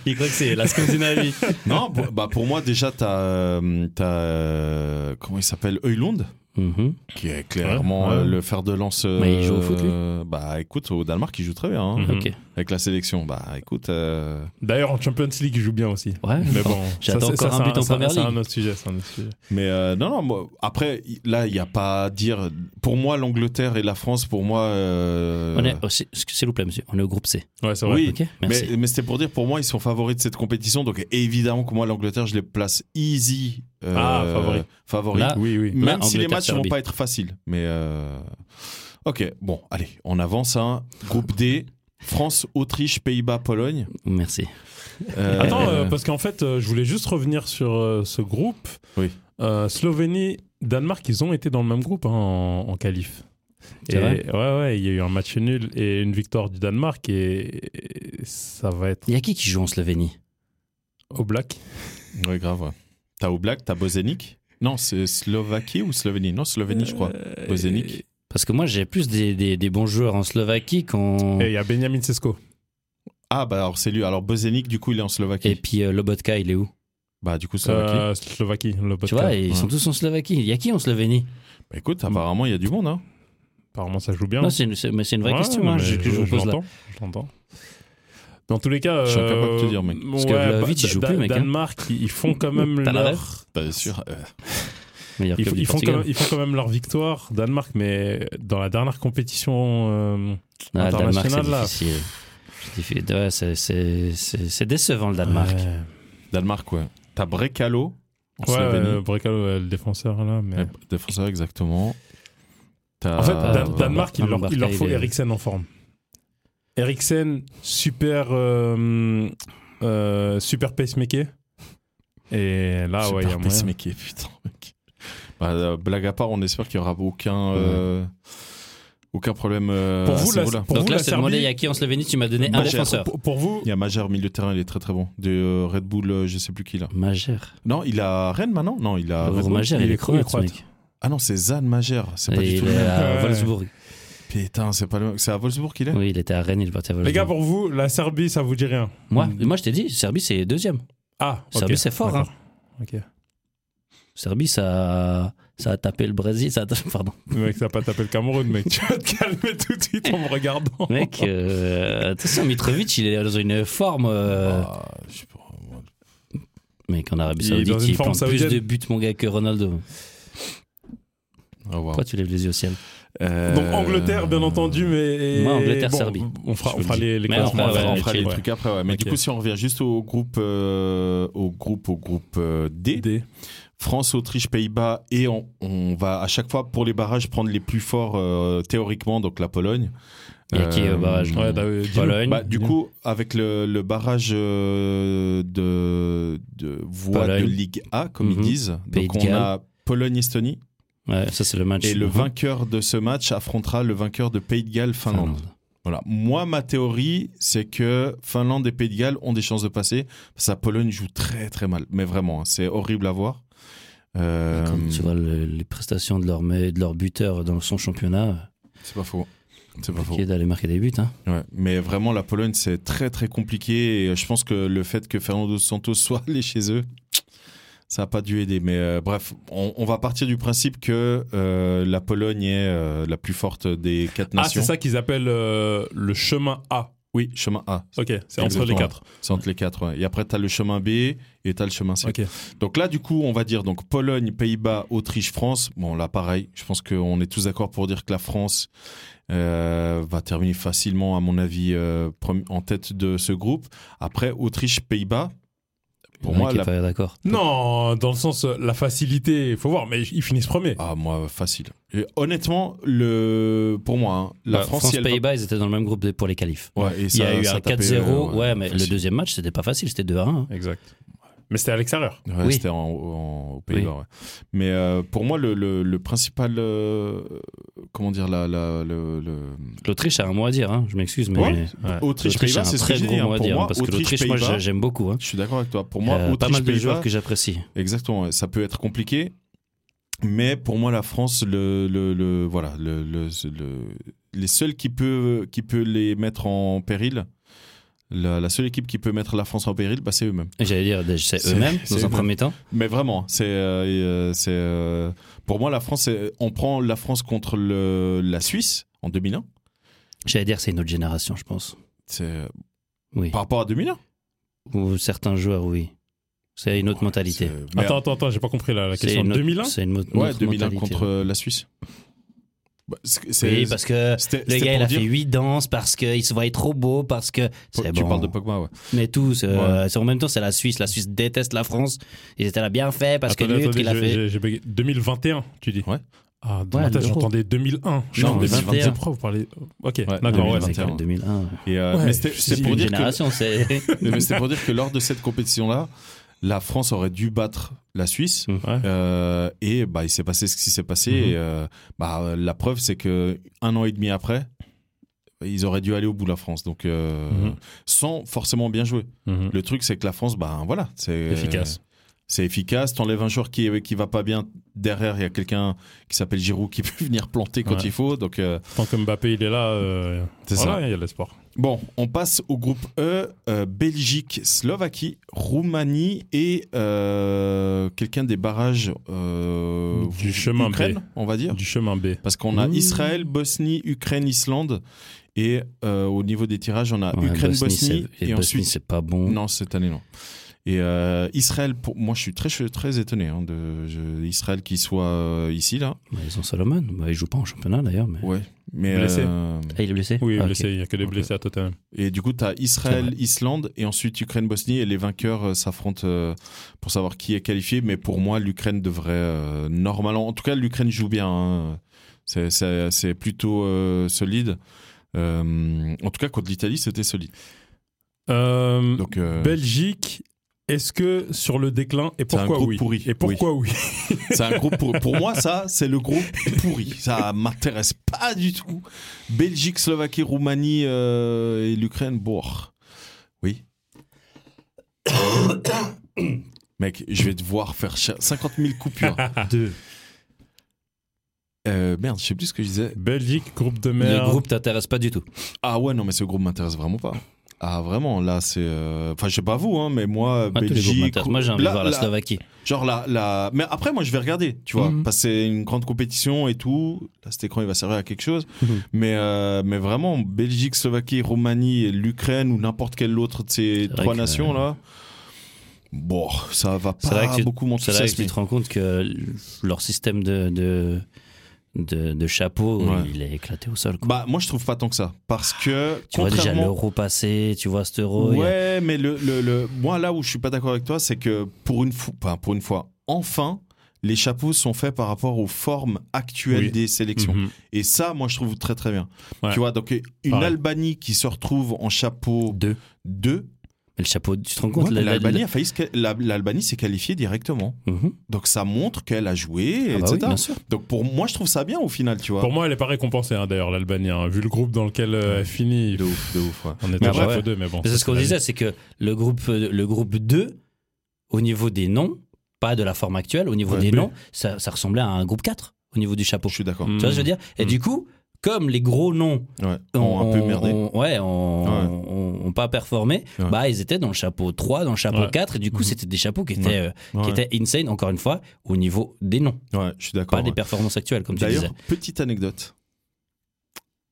il croit que c'est la Scandinavie.
non, pour- bah pour moi déjà t'as euh, t'as, euh, comment il s'appelle, Eulund,
Mhm.
qui est clairement
Ouais, ouais.
euh, le fer de lance.
Mais Bah, il joue au foot, lui
euh, Bah écoute, au Danemark, il joue très bien hein,
Mhm.
Ok.
avec la sélection. Bah écoute. euh,
D'ailleurs, en Champions League, ils jouent bien aussi.
Ouais,
Mais bon,
J'attends
ça, c'est-
encore
ça,
un
c'est
but en
ça,
première
C'est un
ligue.
autre sujet. c'est un autre sujet.
Mais euh, non, non, moi, après, y- là, il n'y a pas à dire. Pour moi, l'Angleterre et la France, pour moi. euh,
On est, oh, c'est- s'il vous plaît, monsieur, on est au groupe C.
Ouais, c'est vrai.
Oui,
Ok, merci.
mais, mais c'était pour dire, pour moi, ils sont favoris de cette compétition. Donc, évidemment que moi, l'Angleterre, je les place easy. euh,
Ah, favori.
favori.
Là,
Oui, oui.
Même si les
Angleterre,
matchs ne vont
Serbie.
pas être faciles. Mais. euh, Ok, bon, allez, on avance. Hein. Groupe D. France, Autriche, Pays-Bas, Pologne.
Merci.
Euh,
Attends, euh, parce qu'en fait, euh, je voulais juste revenir sur euh, ce groupe.
Oui.
Euh, Slovénie, Danemark, ils ont été dans le même groupe hein, en, en qualif.
C'est
Et-
vrai
ouais, ouais, il y a eu un match nul et une victoire du Danemark et, et ça va être
Il y a qui qui joue en Slovénie
au black.
Ouais, grave. ouais. T'as Oblak, t'as Bozenic. Non, c'est Slovaquie ou Slovénie Non, Slovénie, je crois.
Euh,
Bozenic.
Parce que moi, j'ai plus des, des- des bons joueurs en Slovaquie qu'en.
Et il y a Benjamin Sesko.
Ah, bah alors c'est lui. Alors Bozenic, du coup, il est en Slovaquie.
Et puis euh, Lobotka, il est où
Bah, du coup, Slovaquie.
Euh, Slovaquie. Lobotka.
Tu vois, ils
ouais.
sont tous en Slovaquie. Il y a qui en Slovénie
Bah, écoute, apparemment, il y a du monde. Hein.
Apparemment, ça joue bien.
Non, c'est une, c'est- mais c'est une vraie
Ouais,
question
non,
hein,
mais
je- que je vous pose là.
l'entends, Je l'entends. Dans tous les cas.
Je suis
euh,
incapable de te dire, mec.
Parce que
ouais, bah,
Vlahovic, il joue
Da-
plus, mec, hein.
Danemark, ils ils font quand même
T'as la
leur.
Bah, sûr.
Meilleur
Ils,
club
font-
du
ils font quand
Portugal.
même, ils font quand même leur victoire, Danemark, mais dans la dernière compétition. euh,
Ah, le Danemark, c'est
international, là.
difficile. C'est difficile. Ouais, c'est- c'est- c'est c'est décevant le Danemark.
Ouais,
Danemark, ouais. T'as Brekalo en
ouais,
Slovénie.
euh, Brekalo, ouais, le défenseur là. Mais...
Ouais, Défenseur, exactement. euh,
En fait,
Ah,
Dan-
ouais,
Danemark, il
ouais.
leur, il leur faut
Il est-
Eriksen en forme. Eriksen, super, euh, euh, super pacemaker. Et là, ah ouais, il y a moyen.
mec putain, mec. Bah, euh, blague à part, on espère qu'il n'y aura aucun, euh, aucun problème. euh,
Ah,
Pour
à
vous,
ce
la-
niveau-là.
Pour
hein. Donc
vous,
là,
la
je t'ai demandé,
Serbie-
il y a qui en Slovénie Tu m'as donné un
Moi, j'ai-
défenseur.
Pour, pour vous,
Il y a Majer, milieu de terrain, il est très très bon. De euh, Red Bull, euh, je sais plus qui là.
Magère.
Non, il a Rennes maintenant Non, il a. Red Bull.
Magère,
Ah, bah il
il
est
est croate, ce
croate.
mec.
Ah non, c'est Zan Majer. C'est pas
Et
du tout
Il
le
est
même.
à
Ouais.
Wolfsburg.
Putain, c'est pas le même. C'est à Wolfsburg qu'il est
Oui, il était à Rennes, il est parti à Wolfsburg.
les gars, pour vous, la Serbie, ça vous dit rien
Moi, moi, je t'ai dit, Serbie, c'est deuxième.
Ah, ok.
Serbie, c'est fort. Hein.
D'accord. Ok.
Serbie, ça, ça a tapé le Brésil. Ça a tapé- Pardon.
Le mec, ça va pas taper le Cameroun, mec. tu vas te calmer tout de suite en me regardant.
Mec, euh, attention, Mitrovic, il est dans une forme. euh,
Ah, je sais pas, moi,
Mec, en Arabie
il est dans
Saoudite,
une
il
forme
plante plus de
saoudienne.
buts, mon gars, que Ronaldo.
Ah, wow.
Pourquoi tu lèves les yeux au ciel
Euh,
Donc Angleterre, bien entendu, mais.
Moi, Angleterre,
bon,
Serbie.
On fera,
Je
on fera
me dis.
les, les
Mais
on
classements
fera,
ouais,
après.
on
les
fera les
chiffres,
trucs après. ouais. Mais
Ok.
du coup, si on revient juste au groupe, euh, au groupe, au groupe euh, D,
D.
France, Autriche, Pays-Bas, et on, on va à chaque fois pour les barrages prendre les plus forts euh, théoriquement, donc la Pologne.
Il y a qui au barrage
Ouais, bah, euh, dis-le.
Pologne.
Bah, du coup, avec le, le barrage euh, de, de voie
Pologne.
de Ligue A, comme ils
Mhm.
disent,
Pays
donc
de
on
Galles.
a Pologne-Estonie,
Ouais, ça, c'est le match.
et le vainqueur de ce match affrontera le vainqueur de Pays de Galles-Finlande.
Finlande.
Voilà. Moi, ma théorie, c'est que Finlande et Pays de Galles ont des chances de passer. Sa Pologne joue très très mal, mais vraiment, hein, c'est horrible à voir. Euh,
Quand tu vois le- les prestations de leur, mais- de leur buteur dans son championnat,
c'est pas faux. C'est pas faux.
qui est d'aller marquer des buts. Hein.
Ouais. Mais vraiment, la Pologne, c'est très très compliqué. Et euh, je pense que le fait que Fernando Santos soit allé chez eux, ça n'a pas dû aider. Mais euh, bref, on, on va partir du principe que euh, la Pologne est euh, la plus forte des quatre
Ah,
nations.
c'est ça qu'ils appellent euh, le chemin A.
Oui, chemin A.
Ok, c'est entre les
Exactement.
quatre.
C'est entre les quatre. ouais. Et après, tu as le chemin B et tu as le chemin C.
Ok.
Donc là, du coup, on va dire donc Pologne, Pays-Bas, Autriche, France. Bon, là, pareil. Je pense qu'on est tous d'accord pour dire que la France euh, va terminer facilement, à mon avis, euh, premi- en tête de ce groupe. Après, Autriche, Pays-Bas. Pour
Il y en a
moi,
qui est
la-
pas d'accord.
Non, dans le sens, euh, la facilité, il faut voir, mais ils finissent premiers.
Ah, moi, facile. Et honnêtement, le... pour moi, hein, la
Bah,
France,
France,
si elle va-
Pays-Bas, ils étaient dans le même groupe pour les qualifs.
Ouais, et
Il y
ça-
a eu
ça
un
tapait,
4-0.
euh,
ouais, mais le
facile.
deuxième match, c'était pas facile, c'était 2 à 1. hein.
Exact. Mais c'était à l'extérieur.
Ouais,
Oui.
c'était en, en- aux Pays-Bas. ouais. Mais euh, pour moi, le, le- le principal. euh, comment dire la, la- le- le-
L'Autriche a un mot à dire, hein, je m'excuse, mais.
Ouais.
Ouais.
L'Autriche a
Autriche-Pays-Bas,
un
Ah, c'est ce que
très
j'ai
gros
dit. hein.
mot à
Pour
dire,
moi,
parce que l'Autriche, moi,
Autriche-Pays-Bas,
je- j'aime beaucoup. hein.
je suis d'accord avec toi. Pour moi,
Il y a pas mal de joueurs
Autriche-Pays-Bas,
que j'apprécie.
exactement, ouais, ça peut être compliqué. Mais pour moi, la France, le, le, le- voilà, le, le- le- les seuls qui peut, qui peut les mettre en péril, la, la seule équipe qui peut mettre la France en péril, bah, c'est eux-mêmes.
Et J'allais dire, c'est
C'est-
eux-mêmes,
c'est
dans un
eux-mêmes.
premier temps.
Mais vraiment, c'est euh, et, euh, c'est, euh, pour moi la France. c'est- On prend la France contre le, la Suisse en 2001.
J'allais dire, c'est une autre génération, je pense.
C'est euh,
Oui.
par rapport à 2001.
Ou certains joueurs, oui. C'est une autre mentalité.
C'est- mais-
Attends, attends, attends, j'ai pas compris la, la
C'est
question.
une autre-
2001
C'est une mo- autre
ouais, 2001
mentalité.
contre euh, la Suisse. Bah, c'est- c'est-
Oui, parce que
c'était-
le
c'était
gars, il
pour
a
dire-
fait 8 danses parce qu'il se voyait trop beau, parce que. C'est
Tu
bon.
parles de Pogba, ouais.
Mais tous. euh, c'est- En même temps, c'est la Suisse. La Suisse déteste la France. Ils étaient là bien fait parce que
Attendez,
l'autre,
attendez,
il a
j'ai-
fait.
j'ai- j'ai bégayé. 2021, tu dis
Ouais.
Ah, dans
Ouais,
ma tête,
l'euro.
j'entendais 2001. Je suis
Non,
en
2021.
2021. Pourquoi vous parlez Ok,
Ouais,
d'accord, ouais.
2021.
C'est quand 2001. ouais.
Et, euh,
Ouais,
mais c'était
je
c'était
suis
pour
une
dire que
génération, c'est.
mais c'était pour dire que lors de cette compétition là, la France aurait dû battre la Suisse.
Ouais.
Euh, et bah, il s'est passé ce qui s'est passé.
Mhm.
Et, euh, bah, euh, la preuve, c'est que un an et demi après, ils auraient dû aller au bout la France. Donc, euh,
Mhm.
sans forcément bien jouer.
Mhm.
Le truc, c'est que la France, bah, voilà, c'est
Efficace.
C'est efficace. T'enlèves un joueur qui qui va pas bien derrière. Il y a quelqu'un qui s'appelle Giroud qui peut venir planter quand
Ouais.
il faut. Donc, euh,
Tant que Mbappé, il est là, euh,
c'est ça.
voilà, il y a de l'espoir.
Bon, on passe au groupe E, euh, Belgique, Slovaquie, Roumanie et euh, quelqu'un des barrages euh,
Du chemin
Ukraine,
B.
on va dire.
Du chemin B.
Parce qu'on a
Mmh.
Israël, Bosnie, Ukraine, Islande. Et euh, au niveau des tirages, on a
Ouais,
Ukraine,
Bosnie,
Bosnie,
c'est-
et
Bosnie,
ensuite...
c'est pas bon.
Mmh.
Non, cette année, non. Et euh, Israël, pour... moi je suis très, très étonné hein, de je- Israël qui soit euh, ici, là.
Bah, ils ont Solomon. Bah, il joue pas en championnat d'ailleurs. Mais...
Ouais. Mais,
Blessé.
euh,
Ah, il est blessé
Oui,
Ah, ok.
blessé, il n'y a que des
Ok.
blessés à Tottenham.
Et du coup, tu as
C'est
Israël, Islande et ensuite Ukraine, Bosnie. Et les vainqueurs euh, s'affrontent euh, pour savoir qui est qualifié. Mais pour moi, l'Ukraine devrait euh, normalement. En tout cas, l'Ukraine joue bien. hein. C'est- C'est c'est plutôt euh, solide. Euh, en tout cas, contre l'Italie, c'était solide.
Euh,
Donc, euh,
Belgique, est-ce que sur le déclin et
C'est un
pourquoi
groupe
oui
pourri.
Et pourquoi oui,
c'est un groupe pour, pour moi, ça, c'est le groupe pourri. Ça m'intéresse pas du tout. Belgique, Slovaquie, Roumanie euh, et l'Ukraine. Bon. Oui. Mec, je vais devoir faire cha- 50 000 coupures.
Deux.
Euh, merde, je sais plus ce que je disais.
Belgique, groupe de
Le
merde.
groupe t'intéresse pas du tout.
Ah ouais, non, mais ce groupe m'intéresse vraiment pas. Ah vraiment, là c'est... euh, Enfin, je sais pas vous, hein, mais moi,
Moi, tous les groupes
Belgique...
m'intéressent. Moi, j'ai envie
là,
de voir la
là,
Slovaquie.
Genre la, la... Mais après, moi, je vais regarder, tu vois.
Mhm.
Parce que c'est une grande compétition et tout. Là, cet écran, il va servir à quelque chose.
Mhm.
mais, euh, mais vraiment, Belgique, Slovaquie, Roumanie, et l'Ukraine ou n'importe quelle autre de ces
vrai
trois
que- euh,
nations, là... Bon, ça va
C'est vrai
pas
que tu-
beaucoup
C'est là que
m'enthousiasmer.
tu te rends compte que leur système de, de, de, de chapeau,
Ouais.
il est éclaté au sol. quoi.
Bah, moi, je trouve pas tant que ça. Parce que.
tu vois déjà
contrairement-
l'euro passé, tu vois cet euro. il y a-
Ouais, mais le, le, le- moi là où je suis pas d'accord avec toi, c'est que pour une fois, pour une fois, enfin, les chapeaux sont faits par rapport aux formes actuelles
Oui.
des sélections.
Mhm.
Et ça, moi, je trouve très très bien.
Ouais.
Tu vois, donc euh, une
Pareil.
Albanie qui se retrouve en chapeau
Deux.
2,
Mais le chapeau, tu te rends compte la- la-
l'Albanie a failli se quali- la- l'Albanie s'est qualifiée directement.
la- Mhm.
Donc ça montre qu'elle a joué,
Ah bah oui,
etc.
bien sûr.
donc pour moi, je trouve ça bien au final, tu vois.
Pour moi, elle est pas récompensée, hein, d'ailleurs, l'Albanie. hein. Vu le groupe dans lequel euh, elle finit,
de ouf, de ouf. ouais.
on était
Ah
à
bah ouais.
chaque deux, mais bon.
Mais C'est
ça,
ce qu'on
la vie.
disait, c'est que le groupe, le groupe 2, au niveau des noms, pas de la forme actuelle, au niveau
Ouais,
des
mais-
noms, ça, ça ressemblait à un groupe 4 au niveau du chapeau.
Je Hmm. suis d'accord.
Mm.
Tu vois ce que je veux dire Et
Mm.
du coup, comme les gros noms
Ouais.
ont,
Ont un peu merdé.
ont- ouais, ont,
Ouais.
ont- ont pas performé,
Ouais.
bah ils étaient dans le chapeau 3, dans le chapeau
Ouais.
4, et du coup,
Mhm.
c'était des chapeaux qui étaient, euh, qui
Ouais.
étaient insane, encore une fois, au niveau des noms,
Ouais, je suis d'accord.
pas des
ouais.
performances actuelles, comme tu disais.
D'ailleurs, petite anecdote.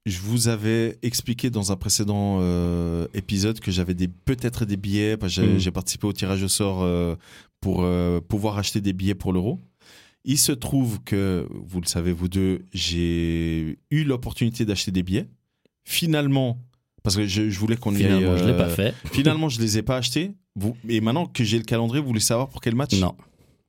Je vous avais expliqué dans un précédent euh, épisode que j'avais des- peut-être des billets, parce que j'ai
Mm.
j'ai participé au tirage au sort euh, pour euh, pouvoir acheter des billets pour l'euro. Il se trouve que, vous le savez vous deux, j'ai eu l'opportunité d'acheter des billets. Finalement, parce que je, je voulais qu'on y aille.
Finalement, je l'ai
euh,
pas fait.
Finalement, je les ai pas achetés. Vous, et maintenant que j'ai le calendrier, vous voulez savoir pour quel match
Non,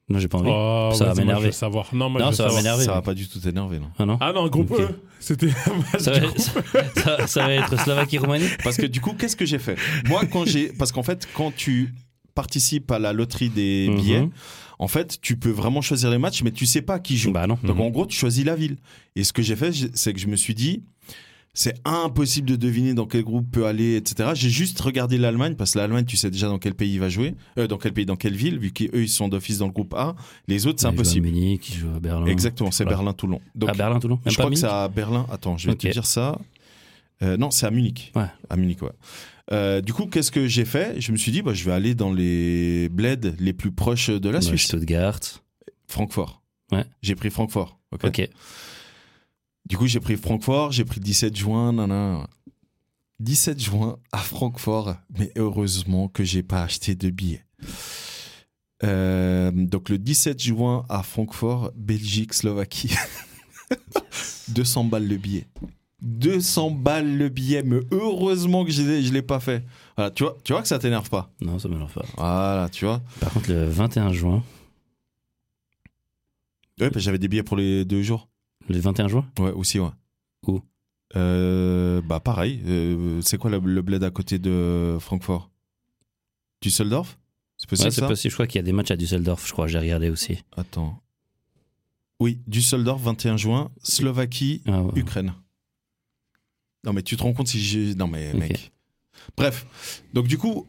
non, j'ai pas envie.
Oh,
Ça va
vas-y, moi,
m'énerver.
je veux savoir. Non, moi,
Non,
je veux
ça va
savoir.
m'énerver.
Ça va pas du tout t'énerver, non
Ah non.
Ah non, groupe
Ok.
E. C'était un match
Ça
du
va,
groupe.
ça- ça- ça va être Slovaquie-Roumanie
Parce que du coup, qu'est-ce que j'ai fait Moi, quand j'ai. Parce qu'en fait, quand tu participes à la loterie des
Mhm.
billets, en fait, tu peux vraiment choisir les matchs, mais tu sais pas qui joue.
Bah non.
Donc en gros, tu choisis la ville. Et ce que j'ai fait, j'ai- c'est que je me suis dit. C'est impossible de deviner dans quel groupe peut aller, etc. J'ai juste regardé l'Allemagne, parce que l'Allemagne, tu sais déjà dans quel pays il va jouer, euh, dans quel pays, dans quelle ville, vu qu'eux, ils sont d'office dans le groupe A. Les autres, c'est impossible.
Qui joue à Munich, qui joue à Berlin.
Exactement, c'est
Voilà.
Berlin-Toulon. Donc,
à Berlin, Toulon.
je
Même pas
crois que
Munich
c'est à Berlin. Attends, je vais
Ok.
te dire ça. Euh, non, c'est à Munich.
Ouais.
À Munich, ouais. Euh, du coup, qu'est-ce que j'ai fait Je me suis dit, bah, je vais aller dans les bleds les plus proches de la
Ouais,
Suisse.
Stuttgart.
Francfort.
Bah, Ouais.
J'ai pris Francfort. ok
Ok.
Du coup, j'ai pris Francfort, j'ai pris le 17 juin, nanana. 17 juin à Francfort, mais heureusement que j'ai pas acheté de billets. Euh, donc le 17 juin à Francfort, Belgique, Slovaquie. 200 balles le billet. 200 balles le billet, mais heureusement que je l'ai- je l'ai pas fait. Voilà, tu vois, tu vois que ça t'énerve pas.
Non, ça me l'en fait.
Voilà, tu vois.
Par contre, le 21 juin.
Ouais, parce que j'avais des billets pour les deux jours.
Le 21 juin
Ouais, aussi, ouais.
Où
Euh, Bah, pareil. Euh, c'est quoi le, le bled à côté de Francfort Düsseldorf C'est possible
Ouais, c'est
ça
possible. Je crois qu'il y a des matchs à Düsseldorf, je crois. J'ai regardé aussi.
Attends. Oui, Düsseldorf, 21 juin, Slovaquie,
Ah, ouais.
Ukraine. Non, mais tu te rends compte si j'ai. Non, mais
Ok.
mec. Bref. Donc, du coup,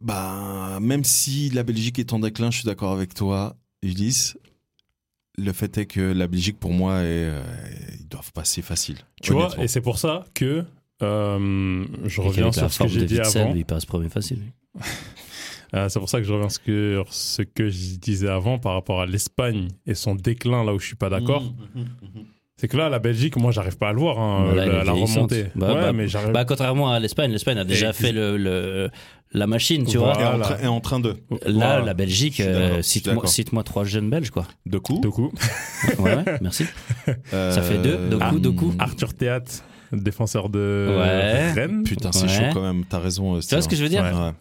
bah, même si la Belgique est en déclin, je suis d'accord avec toi, Ulysse. Le fait est que la Belgique, pour moi, est, euh, ils doivent passer facile.
Tu vois,
honnêtement.
et c'est pour ça que euh, je
Avec
reviens
la
sur ce que
forme de
j'ai dit
Witzel,
avant.
Il passe premier facile.
Euh, c'est pour ça que je reviens sur ce que je disais avant par rapport à l'Espagne et son déclin là où je suis pas d'accord. C'est que là, la Belgique, moi, j'arrive pas à le voir, hein,
Bah là, elle
la,
est
la
vieillissante.
remontée.
Bah,
ouais,
bah,
mais j'arrive.
Bah, contrairement à l'Espagne, l'Espagne a déjà
Et-
fait le, le- la machine, tu
Voilà.
Et en,
Voilà.
train- et en train de.
vois. Là,
Voilà.
la Belgique,
Je suis d'accord,
euh,
je suis
cite-moi
d'accord.
cite-moi trois jeunes Belges, quoi.
De coups.
Du coup,
Ouais, ouais, merci. Ça fait deux,
Euh,
de coups, de coups.
Arthur Théat, défenseur de
Ouais.
Rennes.
Putain, c'est
Ouais.
chaud quand même. T'as raison. euh,
Tu vois ce que je veux dire
Ouais.
Ouais.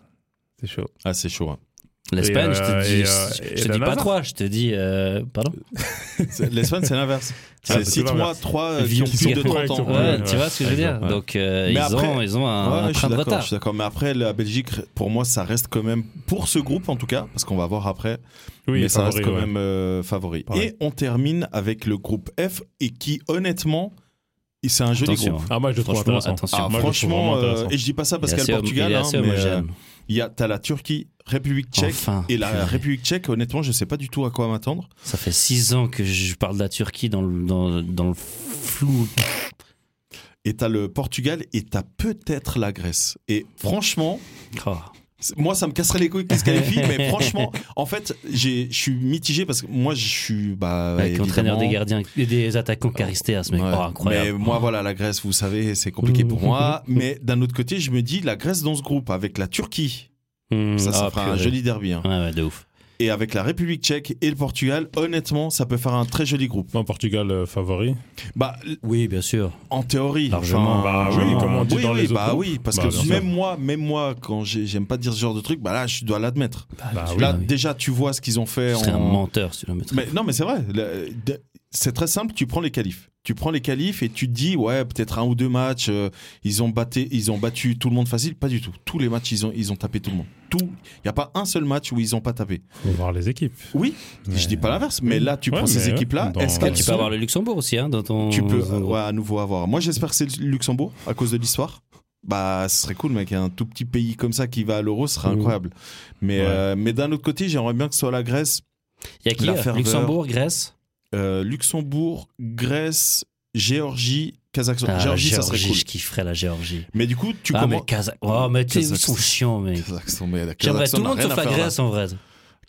C'est chaud.
Ah, c'est chaud. hein.
L'Espagne,
Et,
je
euh,
te dis,
et, euh,
je
et
te
le
dis pas
Lazare.
trois, je te dis. euh, pardon
C'est- L'Espagne, c'est l'inverse.
Ah,
C'est
c'est
cite-moi
l'inverse.
trois euh, qui
Vieux
ont plus de
Pierre.
30 ans.
Ouais,
Ouais,
Ouais,
tu vois ce que je veux dire
ouais.
Donc, euh,
Mais
ils,
après-
ont, ils ont un,
ouais,
un
je suis
train de
d'accord, je
retard.
suis d'accord. Mais après, la Belgique, pour moi, ça reste quand même, pour ce groupe en tout cas, parce qu'on va voir après,
Oui,
mais ça
favori,
reste quand
ouais.
même euh, favori.
Pareil.
Et on termine avec le groupe F, et qui, honnêtement, c'est un joli
Attention, hein.
groupe.
Ah, moi, je le trouve
Franchement,
intéressant.
attention.
Ah,
Moi, je le trouve
franchement,
vraiment
euh,
intéressant.
et je dis pas ça parce
Il est
qu'il y
assez
a
hom-
le Portugal,
il est
hein,
assez
mais euh,
homogène.
il y a- t'as la Turquie, République tchèque,
Enfin,
Et la
purée.
République tchèque, honnêtement, je sais pas du tout à quoi m'attendre.
Ça fait six ans que je parle de la Turquie dans le, dans, dans le flou.
Et t'as le Portugal et t'as peut-être la Grèce. Et franchement,
Oh.
c'est- moi, ça me casserait les couilles qu'est-ce qu'elle qualifie, mais franchement, en fait, j'ai- je suis mitigé parce que moi, je suis. Bah,
Avec l'entraîneur des
évidemment,
gardiens et des attaquants Caristéas, mec.
Ouais.
Oh, incroyable.
Mais moi, voilà, la Grèce, vous savez, c'est compliqué pour moi. Mais d'un autre côté, je me dis, la Grèce dans ce groupe avec la Turquie,
Hmm,
ça, ça
ah,
fera un
purée.
joli derby. hein.
Ouais, ouais, de ouf.
Et avec la République tchèque et le Portugal, honnêtement, ça peut faire un très joli groupe.
Non, Portugal euh, favori.
Bah, l-
Oui, bien sûr.
en théorie.
Largement.
Bah oui, comme on dit
oui,
dans
oui,
les autres
bah
groupes.
oui, parce
Bah, bien
que
sûr.
même moi, même moi, quand j'ai- j'aime pas dire ce genre de truc, bah là, je dois l'admettre.
Bah oui.
là,
oui.
déjà, tu vois ce qu'ils ont fait.
Ce serait un
en-
menteur si tu le mettrais.
Mais non, mais c'est vrai. Le- de- C'est très simple. Tu prends les qualifs. Tu prends les qualifs et tu te dis ouais peut-être un ou deux matchs. euh, ils ont batté, ils ont battu tout le monde facile. Pas du tout. Tous les matchs ils ont ils ont tapé tout le monde. Tout. Il y a pas un seul match où ils ont pas tapé.
Faut voir les équipes.
Oui. Je dis pas l'inverse. Mais là tu
Ouais,
prends ces
mais,
équipes là.
dans-
Est-ce
Ouais,
qu'elles
tu peux
sont-
avoir le Luxembourg aussi hein, dans ton.
Tu peux
dans-
ouais, à nouveau avoir. Moi j'espère que c'est le Luxembourg à cause de l'histoire. Bah ce serait cool mec. Un tout petit pays comme ça qui va à l'euro ce serait
Mhm.
incroyable. Mais
Ouais.
euh, mais d'un autre côté j'aimerais bien que ce soit la Grèce
Il y a qui
La
euh,
ferveur.
Luxembourg, Grèce.
Euh, Luxembourg, Grèce, Géorgie, Kazakhstan.
Ah,
Géorgie, ça
Géorgie,
serait cool.
je kifferais la Géorgie.
Mais du coup, tu
ah, mais
commences.
Kazakh. Oh, mais t'es- ils
Kazakhstan.
sont chiants, mec.
Kazakhstan, mais la
J'aimerais tout
Kazakhstan
le
n'a
monde
rien
sauf
à
la
faire là.
Grèce en vrai.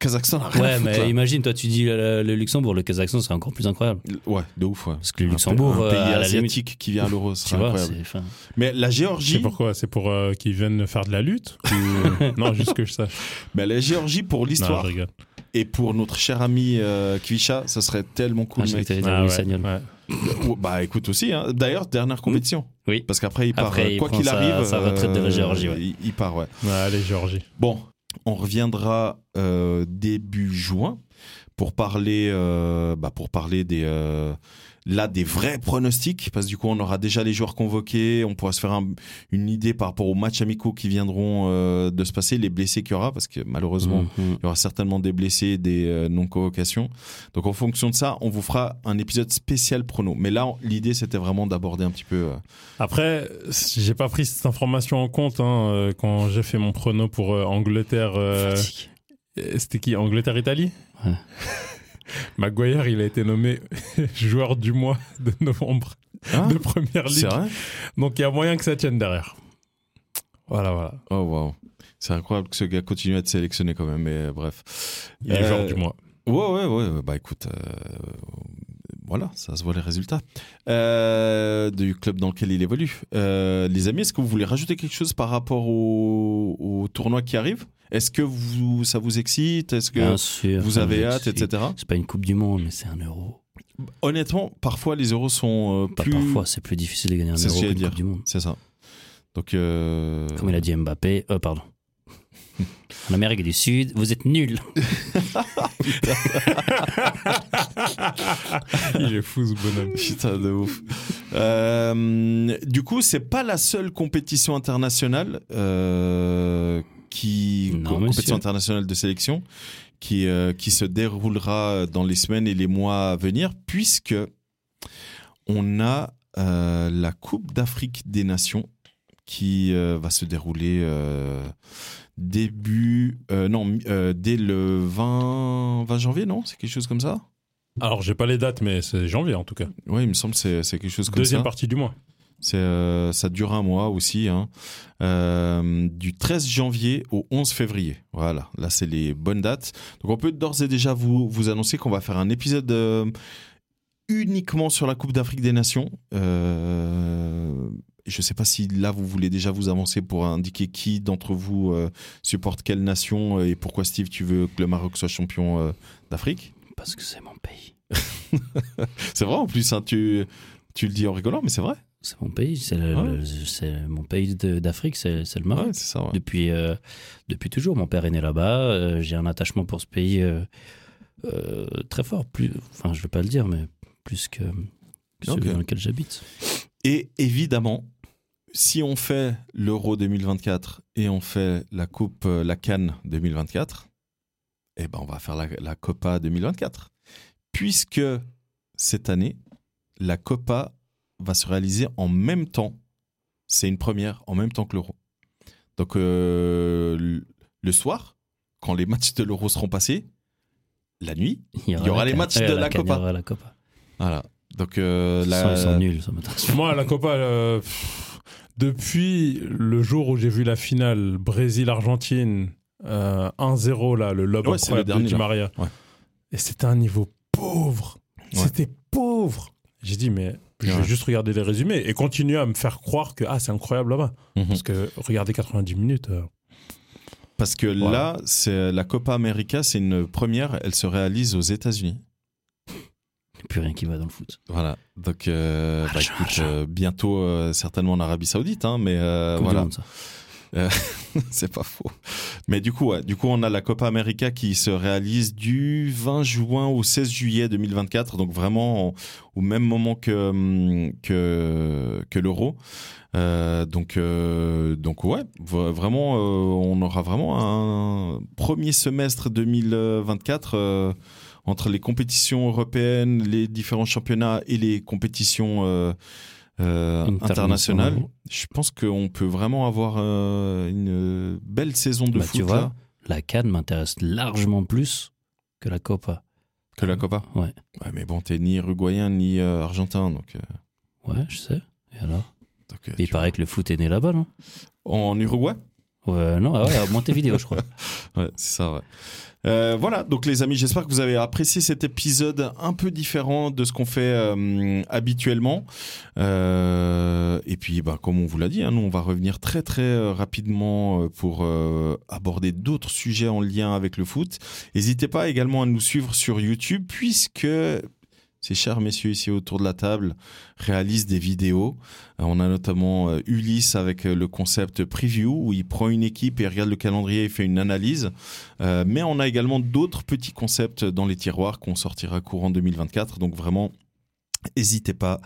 Kazakhstan n'a rien
Ouais,
à foutre,
mais
là.
imagine, toi tu dis le, le Luxembourg, le Kazakhstan c'est encore plus incroyable.
Ouais, de ouf, ouais.
Parce que le
Un
Luxembourg,
pa- un,
euh,
pays
à la limite,
asiatique qui vient à l'euro, ce
tu
serait
vois,
incroyable.
c'est. enfin,
Mais la
C'est
Géorgie,
pourquoi C'est pour euh, qu'ils viennent faire de la lutte
Mmh.
Ah,
ou- Non, juste que je sache.
mais la Géorgie pour
Non,
l'histoire
je rigole.
et pour notre cher ami euh, Kvisha, ça serait tellement cool,
Ah, je sais
mec.
que t'allais dire
Ah,
Louis
ouais,
Sagnol.
ouais.
Ou- Bah écoute aussi. hein. D'ailleurs, dernière compétition.
Mmh. Oui.
Parce qu'après, il part.
Après,
euh,
il
quoi
prend
qu'il
sa-
arrive, euh,
sa retraite de la Géorgie, ouais.
il- il part, ouais.
Ouais, allez, Géorgie.
Bon, on reviendra euh, début juin pour parler, euh, bah, pour parler des, euh, là, des vrais pronostics, parce que du coup, on aura déjà les joueurs convoqués, on pourra se faire un- une idée par rapport aux matchs amicaux qui viendront euh, de se passer, les blessés qu'il y aura, parce que malheureusement,
Mhm.
il y aura certainement des blessés, des euh, non-convocations. Donc, en fonction de ça, on vous fera un épisode spécial prono. Mais là, on- l'idée, c'était vraiment d'aborder un petit peu... euh,
Après, j'ai pas pris cette information en compte hein, euh, quand j'ai fait mon prono pour euh, Angleterre. euh,
Fatigue.
euh, C'était qui Angleterre-Italie
Ouais.
Maguire, il a été nommé joueur du mois de novembre
hein
de première
C'est
ligue.
vrai
Donc il y a moyen que ça tienne derrière. Voilà, voilà.
Oh wow. C'est incroyable que ce gars continue à être sélectionné quand même, mais euh, bref.
Il est
Euh,
joueur du mois.
Ouais, ouais, ouais. Bah écoute, euh, voilà, ça se voit les résultats euh, du club dans lequel il évolue. Euh, les amis, est-ce que vous voulez rajouter quelque chose par rapport au, au tournoi qui arrive Est-ce que vous, ça vous excite Est-ce que
Bien sûr.
vous
ça
avez
me
hâte,
excite.
etc.
C'est pas une Coupe du Monde, mais c'est un euro.
Honnêtement, parfois les euros sont euh,
Pas
plus.
parfois, c'est plus difficile de gagner un
C'est ce
euro
que j'allais
qu'une Coupe
dire.
du Monde.
C'est ça. Donc. euh,
Comme il a dit Mbappé, euh, pardon. En Amérique du Sud, vous êtes nuls.
Il est fou ce bonhomme.
Putain de ouf. Euh, du coup, c'est pas la seule compétition internationale euh, qui
Non,
com-
monsieur.
compétition internationale de sélection qui euh, qui se déroulera dans les semaines et les mois à venir, puisque on a euh, la Coupe d'Afrique des Nations qui euh, va se dérouler euh, début euh, non mi- euh, dès le 20 20 janvier non c'est quelque chose comme ça
Alors j'ai pas les dates, mais c'est janvier en tout cas.
oui il me semble que c'est c'est quelque chose comme
Deuxième
ça
partie du mois.
C'est, euh, ça dure un mois aussi, hein. Euh, du 13 janvier au 11 février. Voilà, là c'est les bonnes dates. Donc on peut d'ores et déjà vous, vous annoncer qu'on va faire un épisode euh, uniquement sur la Coupe d'Afrique des Nations. Euh, je ne sais pas si là vous voulez déjà vous avancer pour indiquer qui d'entre vous euh, supporte quelle nation euh, et pourquoi Steve tu veux que le Maroc soit champion euh, d'Afrique.
Parce que c'est mon pays.
C'est vrai en plus, hein, tu, tu le dis en rigolant, mais c'est vrai.
C'est mon pays. C'est le-
Ouais.
le- c'est mon pays de- d'Afrique, c'est c'est le
Ouais,
Maroc.
c'est ça. ouais.
depuis, euh, depuis toujours. Mon père est né là-bas. euh, j'ai un attachement pour ce pays euh, euh, très fort. Plus, enfin, je ne vais pas le dire, mais plus que, que celui
Ok.
dans lequel j'habite.
Et évidemment, si on fait l'Euro 2024 et on fait la Coupe, euh, la Cannes 2024, eh ben on va faire la, la Copa 2024. Puisque cette année, la Copa va se réaliser en même temps. C'est une première, en même temps que l'Euro. Donc euh, l- le soir, quand les matchs de l'Euro seront passés, la nuit, Il y aura
la
les
Cannes-
matchs
euh,
de la
Cannes,
Copa.
Il y aura la Copa.
voilà. Donc euh,
Sans,
la-
ils sont nuls, ça m'intéresse.
Moi, la Copa, euh, pff, depuis le jour où j'ai vu la finale Brésil-Argentine euh, 1-0, là, le lob
Ouais, c'est le
incroyable
dernier,
de Di
là.
Maria.
Ouais.
Et c'était un niveau pauvre.
Ouais.
C'était pauvre. J'ai dit, mais je
Ouais.
vais juste regarder les résumés et continuer à me faire croire que ah, c'est incroyable là-bas.
Mhm.
Parce que regarder 90 minutes, euh,
Parce que
Wow.
là, c'est la Copa América, c'est une première, elle se réalise aux États-Unis.
Plus rien qui va dans le foot.
Voilà. Donc, euh, bah,
Argent,
écoute,
argent.
euh, bientôt euh, certainement en Arabie Saoudite, hein, mais euh,
Coupe du
voilà,
monde, ça.
c'est pas faux. Mais du coup, ouais, du coup, on a la Copa América qui se réalise du 20 juin au 16 juillet 2024, donc vraiment en- au même moment que hum, que, que l'euro. Euh, donc, euh, donc ouais, v- vraiment, euh, on aura vraiment un premier semestre 2024 euh, entre les compétitions européennes, les différents championnats et les compétitions euh, euh,
Internationales.
internationales. Je pense qu'on peut vraiment avoir euh, une belle saison de
Bah,
foot
tu vois,
là,
La Cannes m'intéresse largement plus que la Copa.
que la Copa.
Ouais.
Ouais, mais bon, t'es ni uruguayen ni euh, argentin, donc. euh,
Ouais, je sais. Et alors
donc, euh,
Il
tu vois.
paraît que le foot est né là-bas, non
En Uruguay.
Ouais, non, ah ouais, à Montevideo, je crois.
Ouais, c'est ça, ouais. Euh, voilà, donc les amis, j'espère que vous avez apprécié cet épisode un peu différent de ce qu'on fait euh, habituellement. Euh, et puis, bah, comme on vous l'a dit, hein, nous, on va revenir très très euh, rapidement euh, pour euh, aborder d'autres sujets en lien avec le foot. N'hésitez pas également à nous suivre sur YouTube, puisque ces chers messieurs ici autour de la table réalisent des vidéos. Euh, On a notamment euh, Ulysse avec euh, le concept preview où il prend une équipe et regarde le calendrier et fait une analyse. Euh, mais on a également d'autres petits concepts dans les tiroirs qu'on sortira courant 2024. Donc vraiment, n'hésitez pas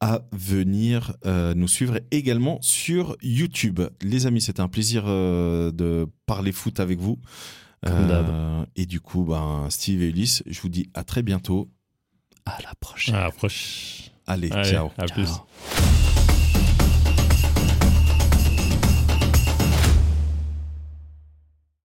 à venir euh, nous suivre également sur YouTube. Les amis, c'était un plaisir euh, de parler foot avec vous.
Comme d'hab.
Euh, et du coup, ben, Steve et Ulysse, je vous dis à très bientôt.
À la prochaine.
À la prochaine.
Allez,
Ah, Allez,
ciao.
à plus.
Ciao.